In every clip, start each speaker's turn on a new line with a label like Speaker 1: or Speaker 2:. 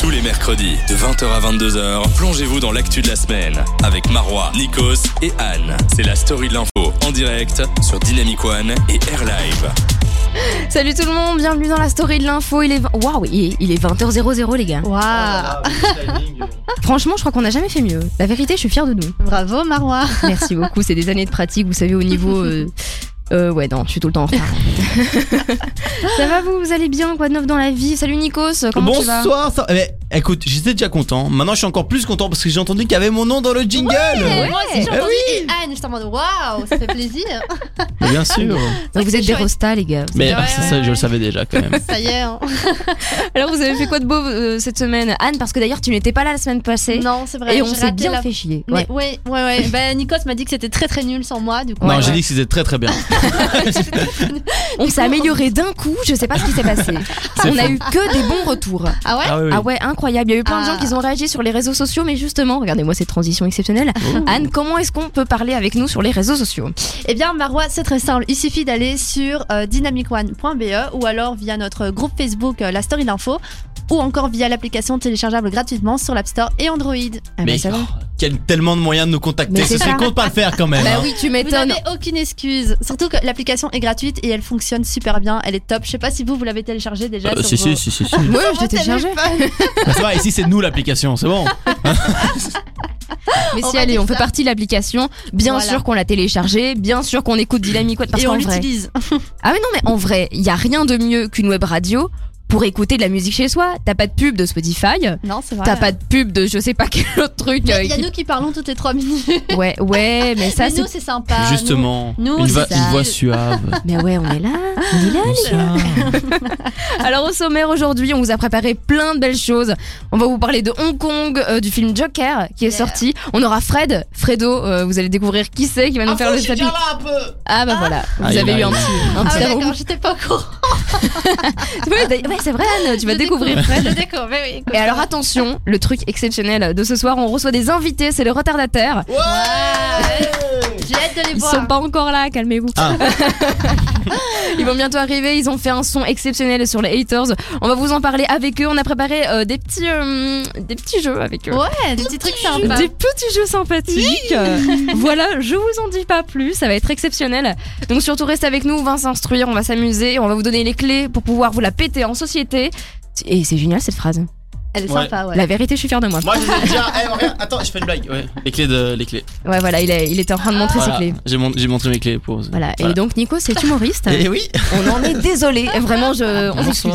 Speaker 1: Tous les mercredis, de 20h à 22h, plongez-vous dans l'actu de la semaine avec Marois, Nikos et Anne. C'est la story de l'info en direct sur Dynamic One et Air Live.
Speaker 2: Salut tout le monde, bienvenue dans la story de l'info. Il est vingt- waouh, il est- il est 20h00 les gars.
Speaker 3: Waouh,
Speaker 2: Franchement, je crois qu'on n'a jamais fait mieux. La vérité, je suis fière de nous.
Speaker 3: bravo Marois.
Speaker 2: Merci beaucoup, c'est des années de pratique, vous savez au niveau euh, euh, ouais, non, je suis tout le temps en retard. ça va vous, vous allez bien quoi de neuf dans la vie Salut Nikos, comment tu vas
Speaker 4: Bonsoir. Ça... Mais, écoute, j'étais déjà content. Maintenant, je suis encore plus content parce que j'ai entendu qu'il y avait mon nom dans le jingle.
Speaker 3: Moi aussi j'ai
Speaker 4: Eh
Speaker 3: entendu et Anne, j'étais en mode waouh, ça fait plaisir.
Speaker 4: Mais Bien sûr.
Speaker 2: Donc, vous
Speaker 3: C'est
Speaker 2: êtes des
Speaker 3: chouette.
Speaker 2: rostas les gars.
Speaker 4: Mais
Speaker 3: Ouais,
Speaker 4: ah, c'est
Speaker 3: ouais,
Speaker 4: ça,
Speaker 3: ouais.
Speaker 4: je le savais déjà quand même.
Speaker 3: Ça y est. hein.
Speaker 2: Alors vous avez fait quoi de beau euh, cette semaine Anne parce que d'ailleurs tu n'étais pas là la semaine passée
Speaker 3: Non, c'est vrai.
Speaker 2: et on
Speaker 3: j'ai
Speaker 2: s'est
Speaker 3: raté
Speaker 2: bien
Speaker 3: la-
Speaker 2: fait chier.
Speaker 3: Mais
Speaker 2: Ouais.
Speaker 3: ouais, ouais, ouais. Bah, Nikos m'a dit que c'était très très nul sans moi, du coup.
Speaker 4: non,
Speaker 3: ouais,
Speaker 4: j'ai
Speaker 3: ouais.
Speaker 4: dit que c'était très très bien.
Speaker 2: On s'est amélioré d'un coup, je sais pas ce qui s'est passé.
Speaker 4: C'est
Speaker 2: on a
Speaker 4: faux.
Speaker 2: eu que des bons retours.
Speaker 3: Ah ouais
Speaker 4: Ah oui, oui.
Speaker 2: Ah ouais, incroyable. Il y a eu plein de
Speaker 3: Ah.
Speaker 2: gens qui ont réagi sur les réseaux sociaux, mais justement, regardez-moi cette transition exceptionnelle.
Speaker 4: Oh.
Speaker 2: Anne, comment est-ce qu'on peut parler avec nous sur les réseaux sociaux
Speaker 3: Eh bien, Marois, c'est très simple. Il suffit d'aller sur euh, dynamicone.be E ou alors via notre groupe Facebook euh, La Story de l'Info ou encore via l'application téléchargeable gratuitement sur l'App Store et Android.
Speaker 2: Ah bah,
Speaker 4: Mais
Speaker 2: ça va.
Speaker 4: oh, qu'il y a tellement de moyens de nous
Speaker 2: Mais
Speaker 4: contacter.
Speaker 2: c'est
Speaker 4: Ce serait
Speaker 2: ça.
Speaker 4: con de pas le faire quand même.
Speaker 2: Bah
Speaker 4: hein.
Speaker 2: oui, tu
Speaker 3: Vous
Speaker 2: m'étonnes.
Speaker 3: n'avez aucune excuse. Surtout que l'application est gratuite et elle fonctionne super bien. Elle est top. Je sais pas si vous, vous l'avez téléchargée déjà.
Speaker 4: Euh,
Speaker 3: sur
Speaker 4: si,
Speaker 3: vos- Oh,
Speaker 4: si, si, si, si.
Speaker 2: Ouais, je
Speaker 3: Comment
Speaker 2: t'ai téléchargé.
Speaker 4: Bah, ça va, ici c'est nous l'application, c'est bon.
Speaker 2: Bah, Mais
Speaker 3: On
Speaker 2: si,
Speaker 3: va
Speaker 2: allez,
Speaker 3: dire
Speaker 2: on fait
Speaker 3: ça.
Speaker 2: partie de l'application. Bien
Speaker 3: Voilà.
Speaker 2: sûr qu'on l'a téléchargée. Bien sûr qu'on écoute Dynamic One. Parce
Speaker 3: Et on
Speaker 2: qu'en vrai.
Speaker 3: l'utilise.
Speaker 2: Ah, mais non, mais en vrai, il y a rien de mieux qu'une web radio pour écouter de la musique chez soi. T'as pas de pub de Spotify.
Speaker 3: Non, c'est vrai.
Speaker 2: T'as pas de pub de je sais pas quel autre truc.
Speaker 3: Mais
Speaker 2: euh,
Speaker 3: Il y a
Speaker 2: qui-
Speaker 3: nous qui parlons toutes les trois minutes.
Speaker 2: Ouais, ouais, mais ça,
Speaker 3: Mais
Speaker 2: c'est.
Speaker 3: nous, c'est sympa. Nous-
Speaker 4: Justement,
Speaker 3: nous,
Speaker 4: une,
Speaker 3: c'est
Speaker 4: va-
Speaker 3: ça.
Speaker 4: une voix suave.
Speaker 2: Mais ouais, on est là. On est là,
Speaker 4: Bonsoir.
Speaker 2: Alors au sommaire aujourd'hui, on vous a préparé plein de belles choses. On va vous parler de Hong Kong, euh, du film Joker qui est
Speaker 3: Yeah.
Speaker 2: sorti. On aura Fred, Fredo, euh, vous allez découvrir qui c'est qui va nous faire le chapitre. Ah bah voilà,
Speaker 4: Ah,
Speaker 2: vous
Speaker 4: il
Speaker 2: avez eu
Speaker 4: arrive.
Speaker 2: un petit, un
Speaker 3: Ah,
Speaker 2: petit
Speaker 3: ouais,
Speaker 2: avant-goût.
Speaker 3: d'accord, j'étais pas au courant.
Speaker 2: Ouais, d'ailleurs- ouais, c'est vrai Anne, tu vas
Speaker 3: Je
Speaker 2: découvrir
Speaker 3: découvre,
Speaker 2: Fred.
Speaker 3: Je découvre, mais oui. écoute.
Speaker 2: Et alors attention, le truc exceptionnel de ce soir, on reçoit des invités, c'est le retardataire.
Speaker 3: Ouais. J'ai hâte de les
Speaker 2: Ils
Speaker 3: voir.
Speaker 2: sont pas encore là, calmez-vous.
Speaker 4: Ah.
Speaker 2: ils vont bientôt arriver, ils ont fait un son exceptionnel sur les haters. On va vous en parler avec eux, on a préparé euh, des petits euh, des petits jeux avec eux.
Speaker 3: Ouais, des petits trucs
Speaker 4: Bah.
Speaker 3: sympas.
Speaker 2: Des petits jeux sympathiques. voilà, je vous en dis pas plus, ça va être exceptionnel. Donc surtout restez avec nous, on va s'instruire, on va s'amuser, on va vous donner les clés pour pouvoir vous la péter en société. Et c'est génial cette phrase.
Speaker 3: Elle est
Speaker 4: Ouais.
Speaker 3: sympa, ouais.
Speaker 2: La vérité, je suis fière de moi.
Speaker 4: Moi j'ai déjà. Eh, regarde, attends, je fais une blague. Ouais. Les clés de. Les clés.
Speaker 2: Ouais, voilà, il, est- il était en train de montrer ses
Speaker 4: Voilà.
Speaker 2: clés.
Speaker 4: J'ai mon- j'ai montré mes clés pour.
Speaker 2: Voilà. Eh
Speaker 4: Voilà.
Speaker 2: Et donc Nico, c'est humoriste.
Speaker 4: Et oui.
Speaker 2: On en est désolé. Vraiment, je, on s'excuse.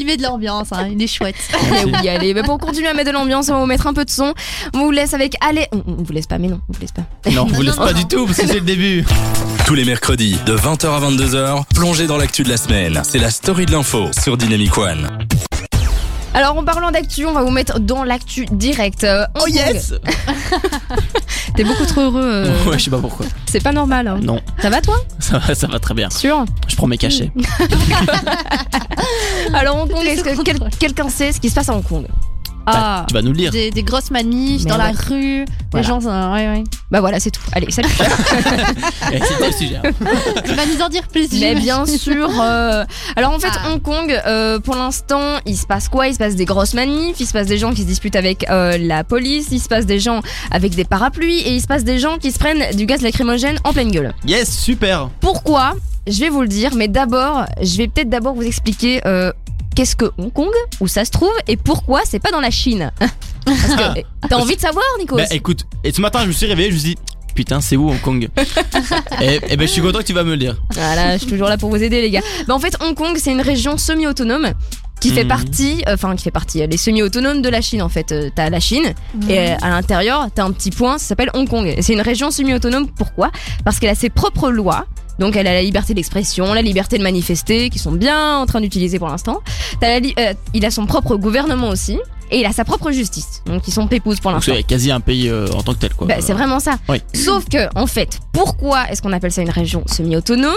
Speaker 3: Il met de l'ambiance, hein, il est chouette.
Speaker 2: Mais oui, allez. Mais pour continuer à mettre de l'ambiance, on va vous mettre un peu de son. On vous laisse avec allez. On, on vous laisse pas, mais non, on vous laisse pas.
Speaker 4: Non, on vous laisse
Speaker 3: non,
Speaker 4: pas
Speaker 3: non.
Speaker 4: du tout parce que c'est le début.
Speaker 1: Tous les mercredis, de 20h à 22h, plongez dans l'actu de la semaine. C'est la story de l'info sur Dynamic One.
Speaker 2: Alors, en parlant d'actu, on va vous mettre dans l'actu direct. Euh, Hong
Speaker 4: Oh
Speaker 2: Kong.
Speaker 4: yes
Speaker 2: T'es beaucoup trop heureux. euh,
Speaker 4: Ouais, je sais pas pourquoi.
Speaker 2: C'est pas normal. hein.
Speaker 4: Non,
Speaker 2: Ça va toi
Speaker 4: ça va, ça va très bien.
Speaker 2: Sûr.
Speaker 4: Je prends mes cachets.
Speaker 2: Mm. Alors Hong Kong,
Speaker 3: Tout est
Speaker 2: est-ce
Speaker 3: sous
Speaker 2: que quel-
Speaker 3: contrôle.
Speaker 2: quelqu'un sait ce qui se passe à Hong Kong
Speaker 4: Bah,
Speaker 2: Ah.
Speaker 4: tu vas nous le dire.
Speaker 3: Des, des grosses manifs
Speaker 2: Mais
Speaker 3: dans
Speaker 2: ouais.
Speaker 3: la rue,
Speaker 2: Voilà.
Speaker 3: les gens, euh, ouais, ouais.
Speaker 2: Bah voilà, c'est tout. Allez, salut.
Speaker 4: Eh, C'était le sujet. hein.
Speaker 3: Tu vas nous en dire plus.
Speaker 2: Mais bien
Speaker 3: j'imagine.
Speaker 2: sûr. euh, Alors en fait,
Speaker 3: Ah.
Speaker 2: Hong Kong, euh, pour l'instant, il se passe quoi Il se passe des grosses manifs, il se passe des gens qui se disputent avec euh, la police, il se passe des gens avec des parapluies et il se passe des gens qui se prennent du gaz lacrymogène en pleine gueule.
Speaker 4: Yes, super.
Speaker 2: Pourquoi Je vais vous le dire, mais d'abord, je vais peut-être d'abord vous expliquer euh, qu'est-ce que Hong Kong, où ça se trouve et pourquoi c'est pas dans la Chine. Parce que euh, t'as envie de savoir, Nico
Speaker 4: Ah, Bah écoute, et ce matin je me suis réveillé, je me suis dit putain c'est où Hong Kong et, et ben je suis content que tu vas me le dire.
Speaker 2: Voilà, je suis toujours là pour vous aider, les gars. Bah, en fait, Hong Kong, c'est une région semi-autonome qui fait
Speaker 4: Mhm.
Speaker 2: partie, euh, enfin qui fait partie, euh, les semi-autonomes de la Chine en fait. Euh, t'as la Chine et euh, à l'intérieur, t'as un petit point, ça s'appelle Hong Kong. Et C'est une région semi-autonome, pourquoi Parce qu'elle a ses propres lois. Donc elle a la liberté d'expression, la liberté de manifester, qui sont bien en train d'utiliser pour l'instant. T'as la li- euh, il a son propre gouvernement aussi, et il a sa propre justice. Donc ils sont pépouses pour
Speaker 4: Donc
Speaker 2: l'instant.
Speaker 4: c'est quasi un pays euh, en tant que tel quoi.
Speaker 2: Bah, c'est vraiment ça.
Speaker 4: Oui.
Speaker 2: Sauf que, en fait, pourquoi est-ce qu'on appelle ça une région semi-autonome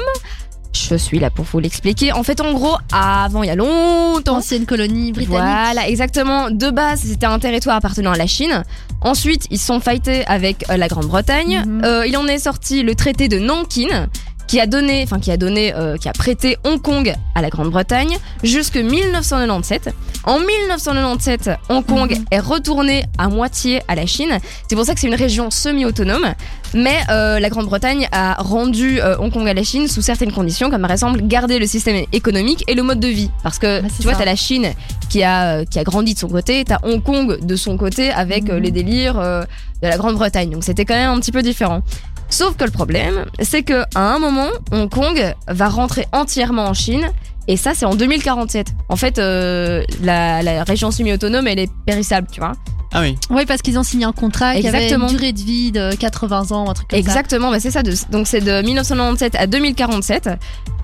Speaker 2: Je suis là pour vous l'expliquer. En fait, en gros, avant, il y a longtemps.
Speaker 3: Ancienne colonie britannique.
Speaker 2: Voilà, exactement. De base, c'était un territoire appartenant à la Chine. Ensuite, ils se sont fightés avec euh, la Grande-Bretagne.
Speaker 3: Mhm.
Speaker 2: Euh, il en est sorti le traité de Nankin, qui a donné, enfin qui a donné, euh, qui a prêté Hong Kong à la Grande-Bretagne jusque 1997. En 1997, Hong Kong
Speaker 3: Mhm.
Speaker 2: est retourné à moitié à la Chine. C'est pour ça que c'est une région semi-autonome. Mais euh, la Grande-Bretagne a rendu euh, Hong Kong à la Chine sous certaines conditions, comme par exemple garder le système économique et le mode de vie. Parce que
Speaker 3: Bah, c'est
Speaker 2: tu vois,
Speaker 3: ça.
Speaker 2: t'as la Chine qui a, euh, qui a grandi de son côté, t'as Hong Kong de son côté avec euh, les délires euh, de la Grande-Bretagne. Donc c'était quand même un petit peu différent. Sauf que le problème, c'est que à un moment, Hong Kong va rentrer entièrement en Chine. Et ça, c'est en 2047. En fait, euh, la, la région semi-autonome, elle est périssable, tu vois.
Speaker 4: Ah oui.
Speaker 3: Oui, parce qu'ils ont signé un contrat qui avait une
Speaker 2: Exactement.
Speaker 3: durée de vie de 80 ans, un truc comme ça.
Speaker 2: Exactement, bah c'est ça. de- donc c'est de 1997 à 2047.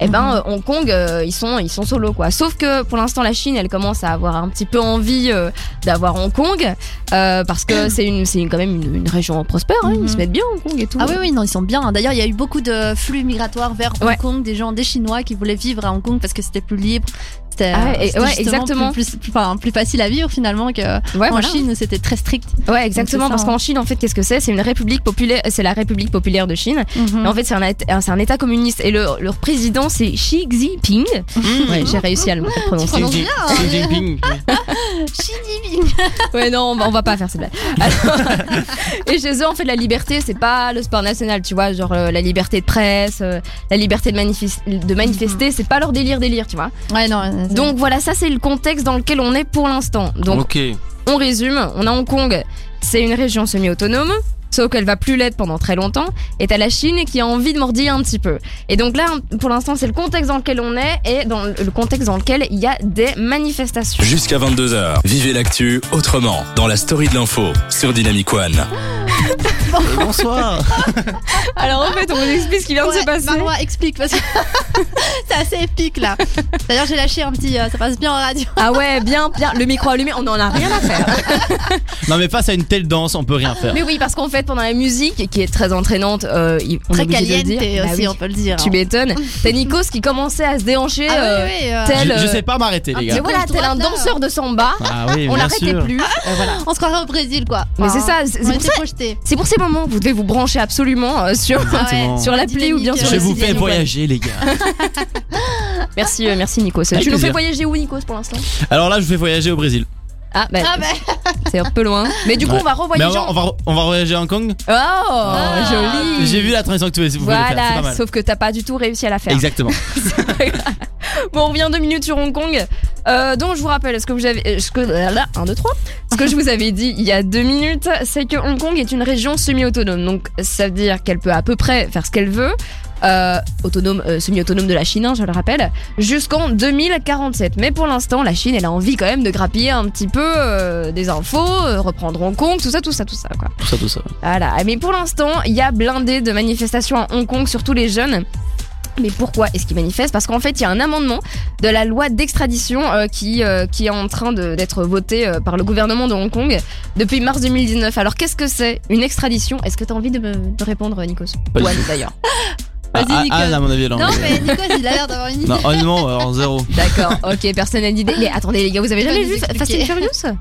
Speaker 2: Et ben
Speaker 3: Mhm.
Speaker 2: euh, Hong Kong, euh, ils sont ils sont solo quoi. Sauf que pour l'instant la Chine, elle commence à avoir un petit peu envie euh, d'avoir Hong Kong euh, parce que c'est une c'est une- quand même une, une région prospère. hein,
Speaker 3: Mhm.
Speaker 2: Ils se mettent bien Hong Kong et tout.
Speaker 3: Ah oui, oui, non, ils sont bien. D'ailleurs, il y a eu beaucoup de flux migratoires vers Hong
Speaker 2: Ouais.
Speaker 3: Kong, des gens, des Chinois qui voulaient vivre à Hong Kong parce que c'était plus libre. C'était
Speaker 2: Ah, et-
Speaker 3: c'était
Speaker 2: ouais,
Speaker 3: justement
Speaker 2: exactement.
Speaker 3: Plus, plus- plus- enfin, plus facile à vivre finalement que
Speaker 2: Ouais,
Speaker 3: en
Speaker 2: voilà.
Speaker 3: Chine où c'était très strict.
Speaker 2: Ouais, exactement.
Speaker 3: ça,
Speaker 2: parce
Speaker 3: hein.
Speaker 2: qu'en Chine, en fait, qu'est-ce que c'est C'est une république populaire. C'est la République populaire de Chine. Et
Speaker 3: Mm.
Speaker 2: en fait, c'est un, état- c'est un État communiste et leur, leur président c'est Xi Jinping.
Speaker 3: Mm.
Speaker 2: Ouais, j'ai réussi à le prononcer.
Speaker 3: prononces
Speaker 4: Xi
Speaker 3: bien, hein.
Speaker 4: Xi Jinping.
Speaker 2: Ah,
Speaker 3: Xi Jinping.
Speaker 2: Ouais, non, on va- on va pas faire cette blague. Alors, et chez eux, en fait, la liberté, c'est pas le sport national, tu vois. Genre, euh, la liberté de presse, euh, la liberté de, manifes- de manifester, c'est pas leur délire, délire, tu vois.
Speaker 3: Ouais, non. euh, c'est-
Speaker 2: Donc, voilà, ça, c'est le contexte dans lequel on est pour l'instant. Donc,
Speaker 4: Ok.
Speaker 2: on résume, on a Hong Kong, c'est une région semi-autonome, sauf qu'elle va plus l'être pendant très longtemps, et t'as la Chine qui a envie de mordiller un petit peu. Et donc là, pour l'instant, c'est le contexte dans lequel on est, et dans le le contexte dans lequel il y a des manifestations.
Speaker 1: Jusqu'à 22h, vivez l'actu autrement dans la story de l'info sur Dynamic One.
Speaker 4: Et bonsoir.
Speaker 2: Alors en fait, on vous explique ce qui vient de
Speaker 3: Ouais,
Speaker 2: se passer.
Speaker 3: Marois, explique parce que c'est assez épique là. D'ailleurs, j'ai lâché un petit. euh, ça passe bien en radio.
Speaker 2: Ah ouais, bien, bien. Le micro allumé, on en a rien à faire.
Speaker 4: Non mais face à une telle danse, on peut rien faire.
Speaker 2: Mais oui, parce qu'en fait, pendant la musique, qui est très entraînante, euh, il- on est
Speaker 3: Très
Speaker 2: obligé de le
Speaker 3: caliente
Speaker 2: dire.
Speaker 3: aussi,
Speaker 2: Bah oui,
Speaker 3: on peut le dire. hein.
Speaker 2: tu m'étonnes. T'as Nikos qui commençait à se déhancher.
Speaker 3: Ah
Speaker 2: euh,
Speaker 3: oui, oui, euh,
Speaker 2: tel-
Speaker 4: Je, je
Speaker 2: euh,
Speaker 4: sais pas m'arrêter les
Speaker 2: Mais
Speaker 4: gars.
Speaker 3: petit-
Speaker 2: voilà,
Speaker 3: Gauche,
Speaker 2: tel un
Speaker 3: droite, là.
Speaker 2: danseur de samba.
Speaker 4: Ah oui,
Speaker 2: on
Speaker 4: bien
Speaker 2: l'arrêtait
Speaker 4: sûr.
Speaker 2: plus. Euh, voilà.
Speaker 3: On se croirait au Brésil quoi.
Speaker 2: Mais
Speaker 3: Enfin,
Speaker 2: c'est ça, c'est
Speaker 3: Ah. On
Speaker 2: c'est pour
Speaker 3: était
Speaker 2: ça.
Speaker 3: projetés.
Speaker 2: C'est pour ces moments que vous devez vous brancher absolument euh, sur,
Speaker 3: Ah ouais.
Speaker 4: Exactement.
Speaker 2: sur l'appli ou bien
Speaker 3: Dynamique,
Speaker 2: sur
Speaker 4: Je
Speaker 2: le
Speaker 4: vous
Speaker 2: site
Speaker 4: fais
Speaker 2: Dynamic One.
Speaker 4: voyager les gars.
Speaker 2: Merci, euh, merci Nikos. Tu
Speaker 4: Avec
Speaker 2: nous
Speaker 4: plaisir.
Speaker 2: fais voyager où Nikos pour l'instant
Speaker 4: Alors là, je vous fais voyager au Brésil.
Speaker 2: Ah, bah,
Speaker 3: Ah bah,
Speaker 2: c'est un peu loin. Mais du coup,
Speaker 4: Ouais.
Speaker 2: on va
Speaker 4: Mais
Speaker 2: revoyager.
Speaker 4: on va, on va, on va voyager à Hong Kong.
Speaker 2: Oh, joli.
Speaker 4: J'ai vu la transition que tu voulais vous voulez faire. C'est pas
Speaker 2: Voilà,
Speaker 4: mal.
Speaker 2: sauf que t'as pas du tout réussi à la faire.
Speaker 4: Exactement.
Speaker 2: Bon, on revient deux minutes sur Hong Kong. Euh, donc, je vous rappelle ce que vous avez, euh, ce que, là, un, deux, trois. Ce que je vous avais dit il y a deux minutes, c'est que Hong Kong est une région semi-autonome. Donc, ça veut dire qu'elle peut à peu près faire ce qu'elle veut. Euh, autonome, euh, semi-autonome de la Chine, hein, je le rappelle, jusqu'en 2047. Mais pour l'instant, la Chine, elle a envie quand même de grappiller un petit peu euh, des infos, euh, reprendre Hong Kong, tout ça, tout ça, tout ça, quoi.
Speaker 4: Tout ça, tout ça.
Speaker 2: Voilà, mais pour l'instant, il y a blindé de manifestations à Hong Kong, surtout les jeunes. Mais pourquoi est-ce qu'ils manifestent Parce qu'en fait, il y a un amendement de la loi d'extradition euh, qui, euh, qui est en train de- d'être voté euh, par le gouvernement de Hong Kong depuis mars 2019. Alors, qu'est-ce que c'est Une extradition Est-ce que tu as envie de me de répondre, Nikos
Speaker 4: Pas du
Speaker 2: Ou Anne, d'ailleurs.
Speaker 4: Ah,
Speaker 3: Vas-y, Nico.
Speaker 4: ah, ah, à mon avis, là. on
Speaker 3: non
Speaker 4: est-
Speaker 3: mais Nicolas il a l'air d'avoir une idée.
Speaker 4: Non, honnêtement, alors zéro.
Speaker 2: D'accord, ok, personne n'a d'idée. Mais attendez, les gars, vous avez
Speaker 3: Tu vas
Speaker 2: jamais
Speaker 3: nous
Speaker 2: vu Fast and
Speaker 3: expliquer.
Speaker 2: Furious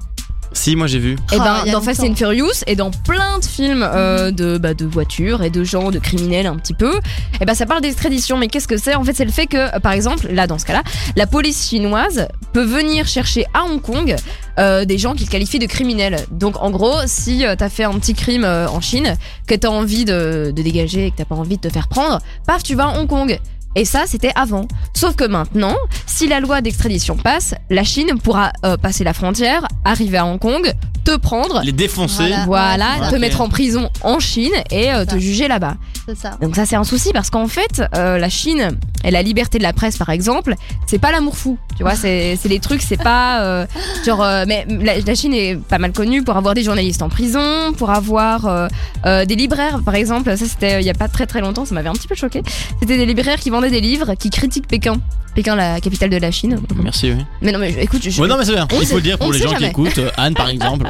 Speaker 4: Si, moi j'ai vu.
Speaker 2: Et
Speaker 3: Ah,
Speaker 2: ben,
Speaker 3: il y a
Speaker 2: dans Fast and
Speaker 3: longtemps. Mhm.
Speaker 2: Furious et dans plein de films euh, de, bah, de voitures et de gens, de criminels un petit peu, et ben ça parle d'extradition. Mais qu'est-ce que c'est En fait, c'est le fait que, euh, par exemple, là dans ce cas-là, la police chinoise peut venir chercher à Hong Kong euh, des gens qu'ils qualifient de criminels. Donc en gros, si euh, t'as fait un petit crime euh, en Chine, que t'as envie de, de dégager et que t'as pas envie de te faire prendre, paf, tu vas à Hong Kong. Et ça, c'était avant. Sauf que maintenant, si la loi d'extradition passe, la Chine pourra euh, passer la frontière, arriver à Hong Kong, te prendre,
Speaker 4: Les défoncer.
Speaker 3: Voilà.
Speaker 2: voilà,
Speaker 3: Ouais,
Speaker 4: c'est
Speaker 2: te
Speaker 4: ça.
Speaker 2: mettre en prison en Chine et euh, te
Speaker 3: ça.
Speaker 2: juger là-bas.
Speaker 3: C'est ça.
Speaker 2: Donc ça c'est un souci parce qu'en fait euh, la Chine et la liberté de la presse par exemple, c'est pas l'amour fou. Tu vois, c'est c'est des trucs, c'est pas euh, genre euh, mais la, la Chine est pas mal connue pour avoir des journalistes en prison, pour avoir euh, euh, des libraires par exemple, ça c'était euh, il y a pas très très longtemps, ça m'avait un petit peu choqué. C'était des libraires qui vendaient des livres qui critiquent Pékin. Pékin la capitale de la Chine.
Speaker 4: Merci, oui.
Speaker 2: Mais non mais je- écoute, je,
Speaker 4: Ouais, non, mais c'est bien.
Speaker 2: On
Speaker 4: Il
Speaker 2: sait-
Speaker 4: faut le dire
Speaker 2: on
Speaker 4: pour les
Speaker 2: sait
Speaker 4: gens qui
Speaker 2: jamais.
Speaker 4: écoutent. euh, Anne, par exemple.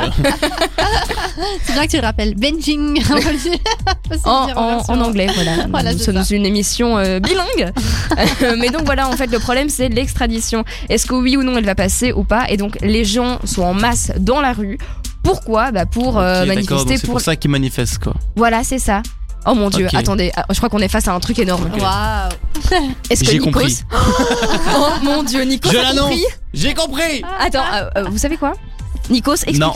Speaker 3: C'est vrai que tu le rappelles. Benjing. on peut le dire. Faut se
Speaker 2: en,
Speaker 3: dire en
Speaker 2: en-
Speaker 3: version-
Speaker 2: en anglais, voilà.
Speaker 3: Voilà,
Speaker 2: Nous
Speaker 3: c'est
Speaker 2: sommes
Speaker 3: ça.
Speaker 2: une émission euh, bilingue. Euh, Mais donc voilà, en fait, le problème, c'est l'extradition. Est-ce que oui ou non, elle va passer ou pas Et donc, les gens sont en masse dans la rue. Pourquoi Bah pour euh,
Speaker 4: Ok, d'accord, donc
Speaker 2: manifester,
Speaker 4: C'est
Speaker 2: pour...
Speaker 4: pour ça qu'ils manifestent, quoi.
Speaker 2: Voilà, c'est ça. Oh mon dieu,
Speaker 4: Ok.
Speaker 2: attendez, ah, je crois qu'on est face à un truc énorme.
Speaker 4: Ok.
Speaker 3: Waouh.
Speaker 2: Est-ce que
Speaker 4: J'ai
Speaker 2: Nikos
Speaker 4: compris.
Speaker 2: Oh mon dieu, Nikos
Speaker 4: Je
Speaker 2: a
Speaker 4: l'annonce.
Speaker 2: compris
Speaker 4: J'ai compris
Speaker 2: Attends, euh, euh, vous savez quoi Nikos, explique
Speaker 4: Non.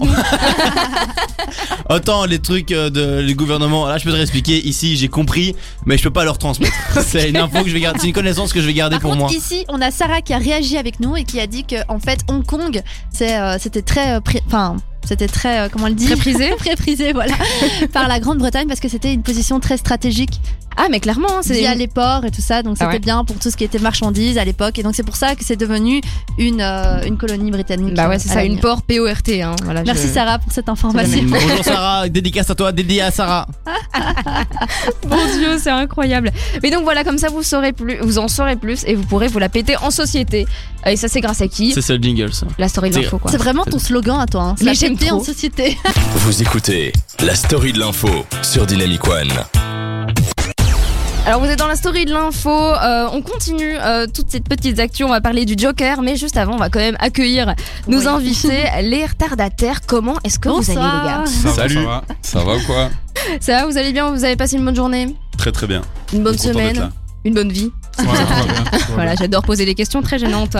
Speaker 4: Autant les trucs euh, de, du gouvernement, là je peux te réexpliquer. Ici j'ai compris, mais je peux pas leur transmettre. C'est une info que je vais garder, c'est une connaissance que je vais garder
Speaker 3: Par
Speaker 4: pour
Speaker 3: contre,
Speaker 4: moi.
Speaker 3: ici, on a Sarah qui a réagi avec nous et qui a dit que en fait, Hong Kong, c'est, euh, c'était très, euh, pri- enfin, c'était très, euh, comment on le dit,
Speaker 2: Très prisé
Speaker 3: très prisé, voilà, par la Grande-Bretagne parce que c'était une position très stratégique
Speaker 2: Ah, mais clairement, hein, c'est.
Speaker 3: via les ports et tout ça, donc
Speaker 2: Ah
Speaker 3: c'était
Speaker 2: ouais.
Speaker 3: bien pour tout ce qui était marchandises à l'époque et donc c'est pour ça que c'est devenu une euh, une colonie britannique.
Speaker 2: Bah
Speaker 3: euh,
Speaker 2: ouais, c'est
Speaker 3: à
Speaker 2: ça,
Speaker 3: l'avenir.
Speaker 2: une port PORT. Hein. Voilà,
Speaker 3: Merci
Speaker 2: je-
Speaker 3: Sarah pour cette
Speaker 2: jamais.
Speaker 3: information.
Speaker 4: Bonjour Sarah, dédicace à toi, dédié à Sarah.
Speaker 2: Mon dieu, c'est incroyable. Mais donc voilà, comme ça, vous saurez plus, vous en saurez plus et vous pourrez vous la péter en société. Euh, Et ça, c'est grâce à qui
Speaker 4: C'est ça le jingle ça.
Speaker 2: La story de
Speaker 4: c'est-
Speaker 2: l'info, quoi.
Speaker 3: C'est vraiment ton slogan à toi. Hein. C'est
Speaker 2: Mais
Speaker 3: la
Speaker 2: j'aime
Speaker 3: fierté en
Speaker 2: trop.
Speaker 3: société.
Speaker 1: Vous écoutez la story de l'info sur Dynamic One.
Speaker 2: Alors vous êtes dans la story de l'info, euh, on continue euh, toutes ces petites actions, on va parler du Joker, mais juste avant on va quand même accueillir nos
Speaker 3: Oui.
Speaker 2: invités, les retardataires, comment est-ce que vous allez les gars
Speaker 3: Bonsoir.
Speaker 5: Ça va,
Speaker 4: Salut.
Speaker 5: Ça va, ça va ou quoi
Speaker 2: Ça va, vous allez bien, vous avez passé une bonne journée,
Speaker 5: Très très bien.
Speaker 2: une bonne
Speaker 5: Content d'être
Speaker 2: semaine,
Speaker 5: là.
Speaker 2: une bonne vie
Speaker 5: Ouais, tout va bien, tout va bien.
Speaker 2: Voilà, j'adore poser des questions très gênantes.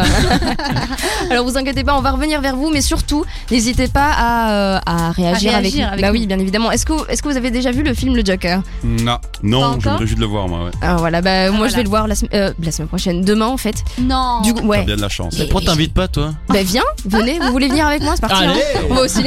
Speaker 2: Alors vous inquiétez pas, on va revenir vers vous, mais surtout n'hésitez pas à, euh, à réagir,
Speaker 3: À réagir
Speaker 2: avec, nous.
Speaker 3: avec
Speaker 2: Bah
Speaker 3: nous.
Speaker 2: oui, bien évidemment. Est-ce que, est que vous avez déjà vu le film Le Joker
Speaker 5: Non,
Speaker 3: Pas
Speaker 5: non
Speaker 3: encore
Speaker 5: je me réjouis de le voir moi, ouais.
Speaker 2: Alors voilà, bah moi je
Speaker 3: Ah, voilà. Oh.
Speaker 2: vais le voir la, sem- euh, la semaine prochaine, demain en fait.
Speaker 3: Non.
Speaker 2: Du coup,
Speaker 5: T'as
Speaker 2: ouais.
Speaker 5: bien de la chance.
Speaker 2: Et-
Speaker 4: Pourquoi t'invites pas toi
Speaker 2: Bah viens, venez, vous voulez venir avec moi, c'est parti. hein.
Speaker 5: oh.
Speaker 2: Moi aussi.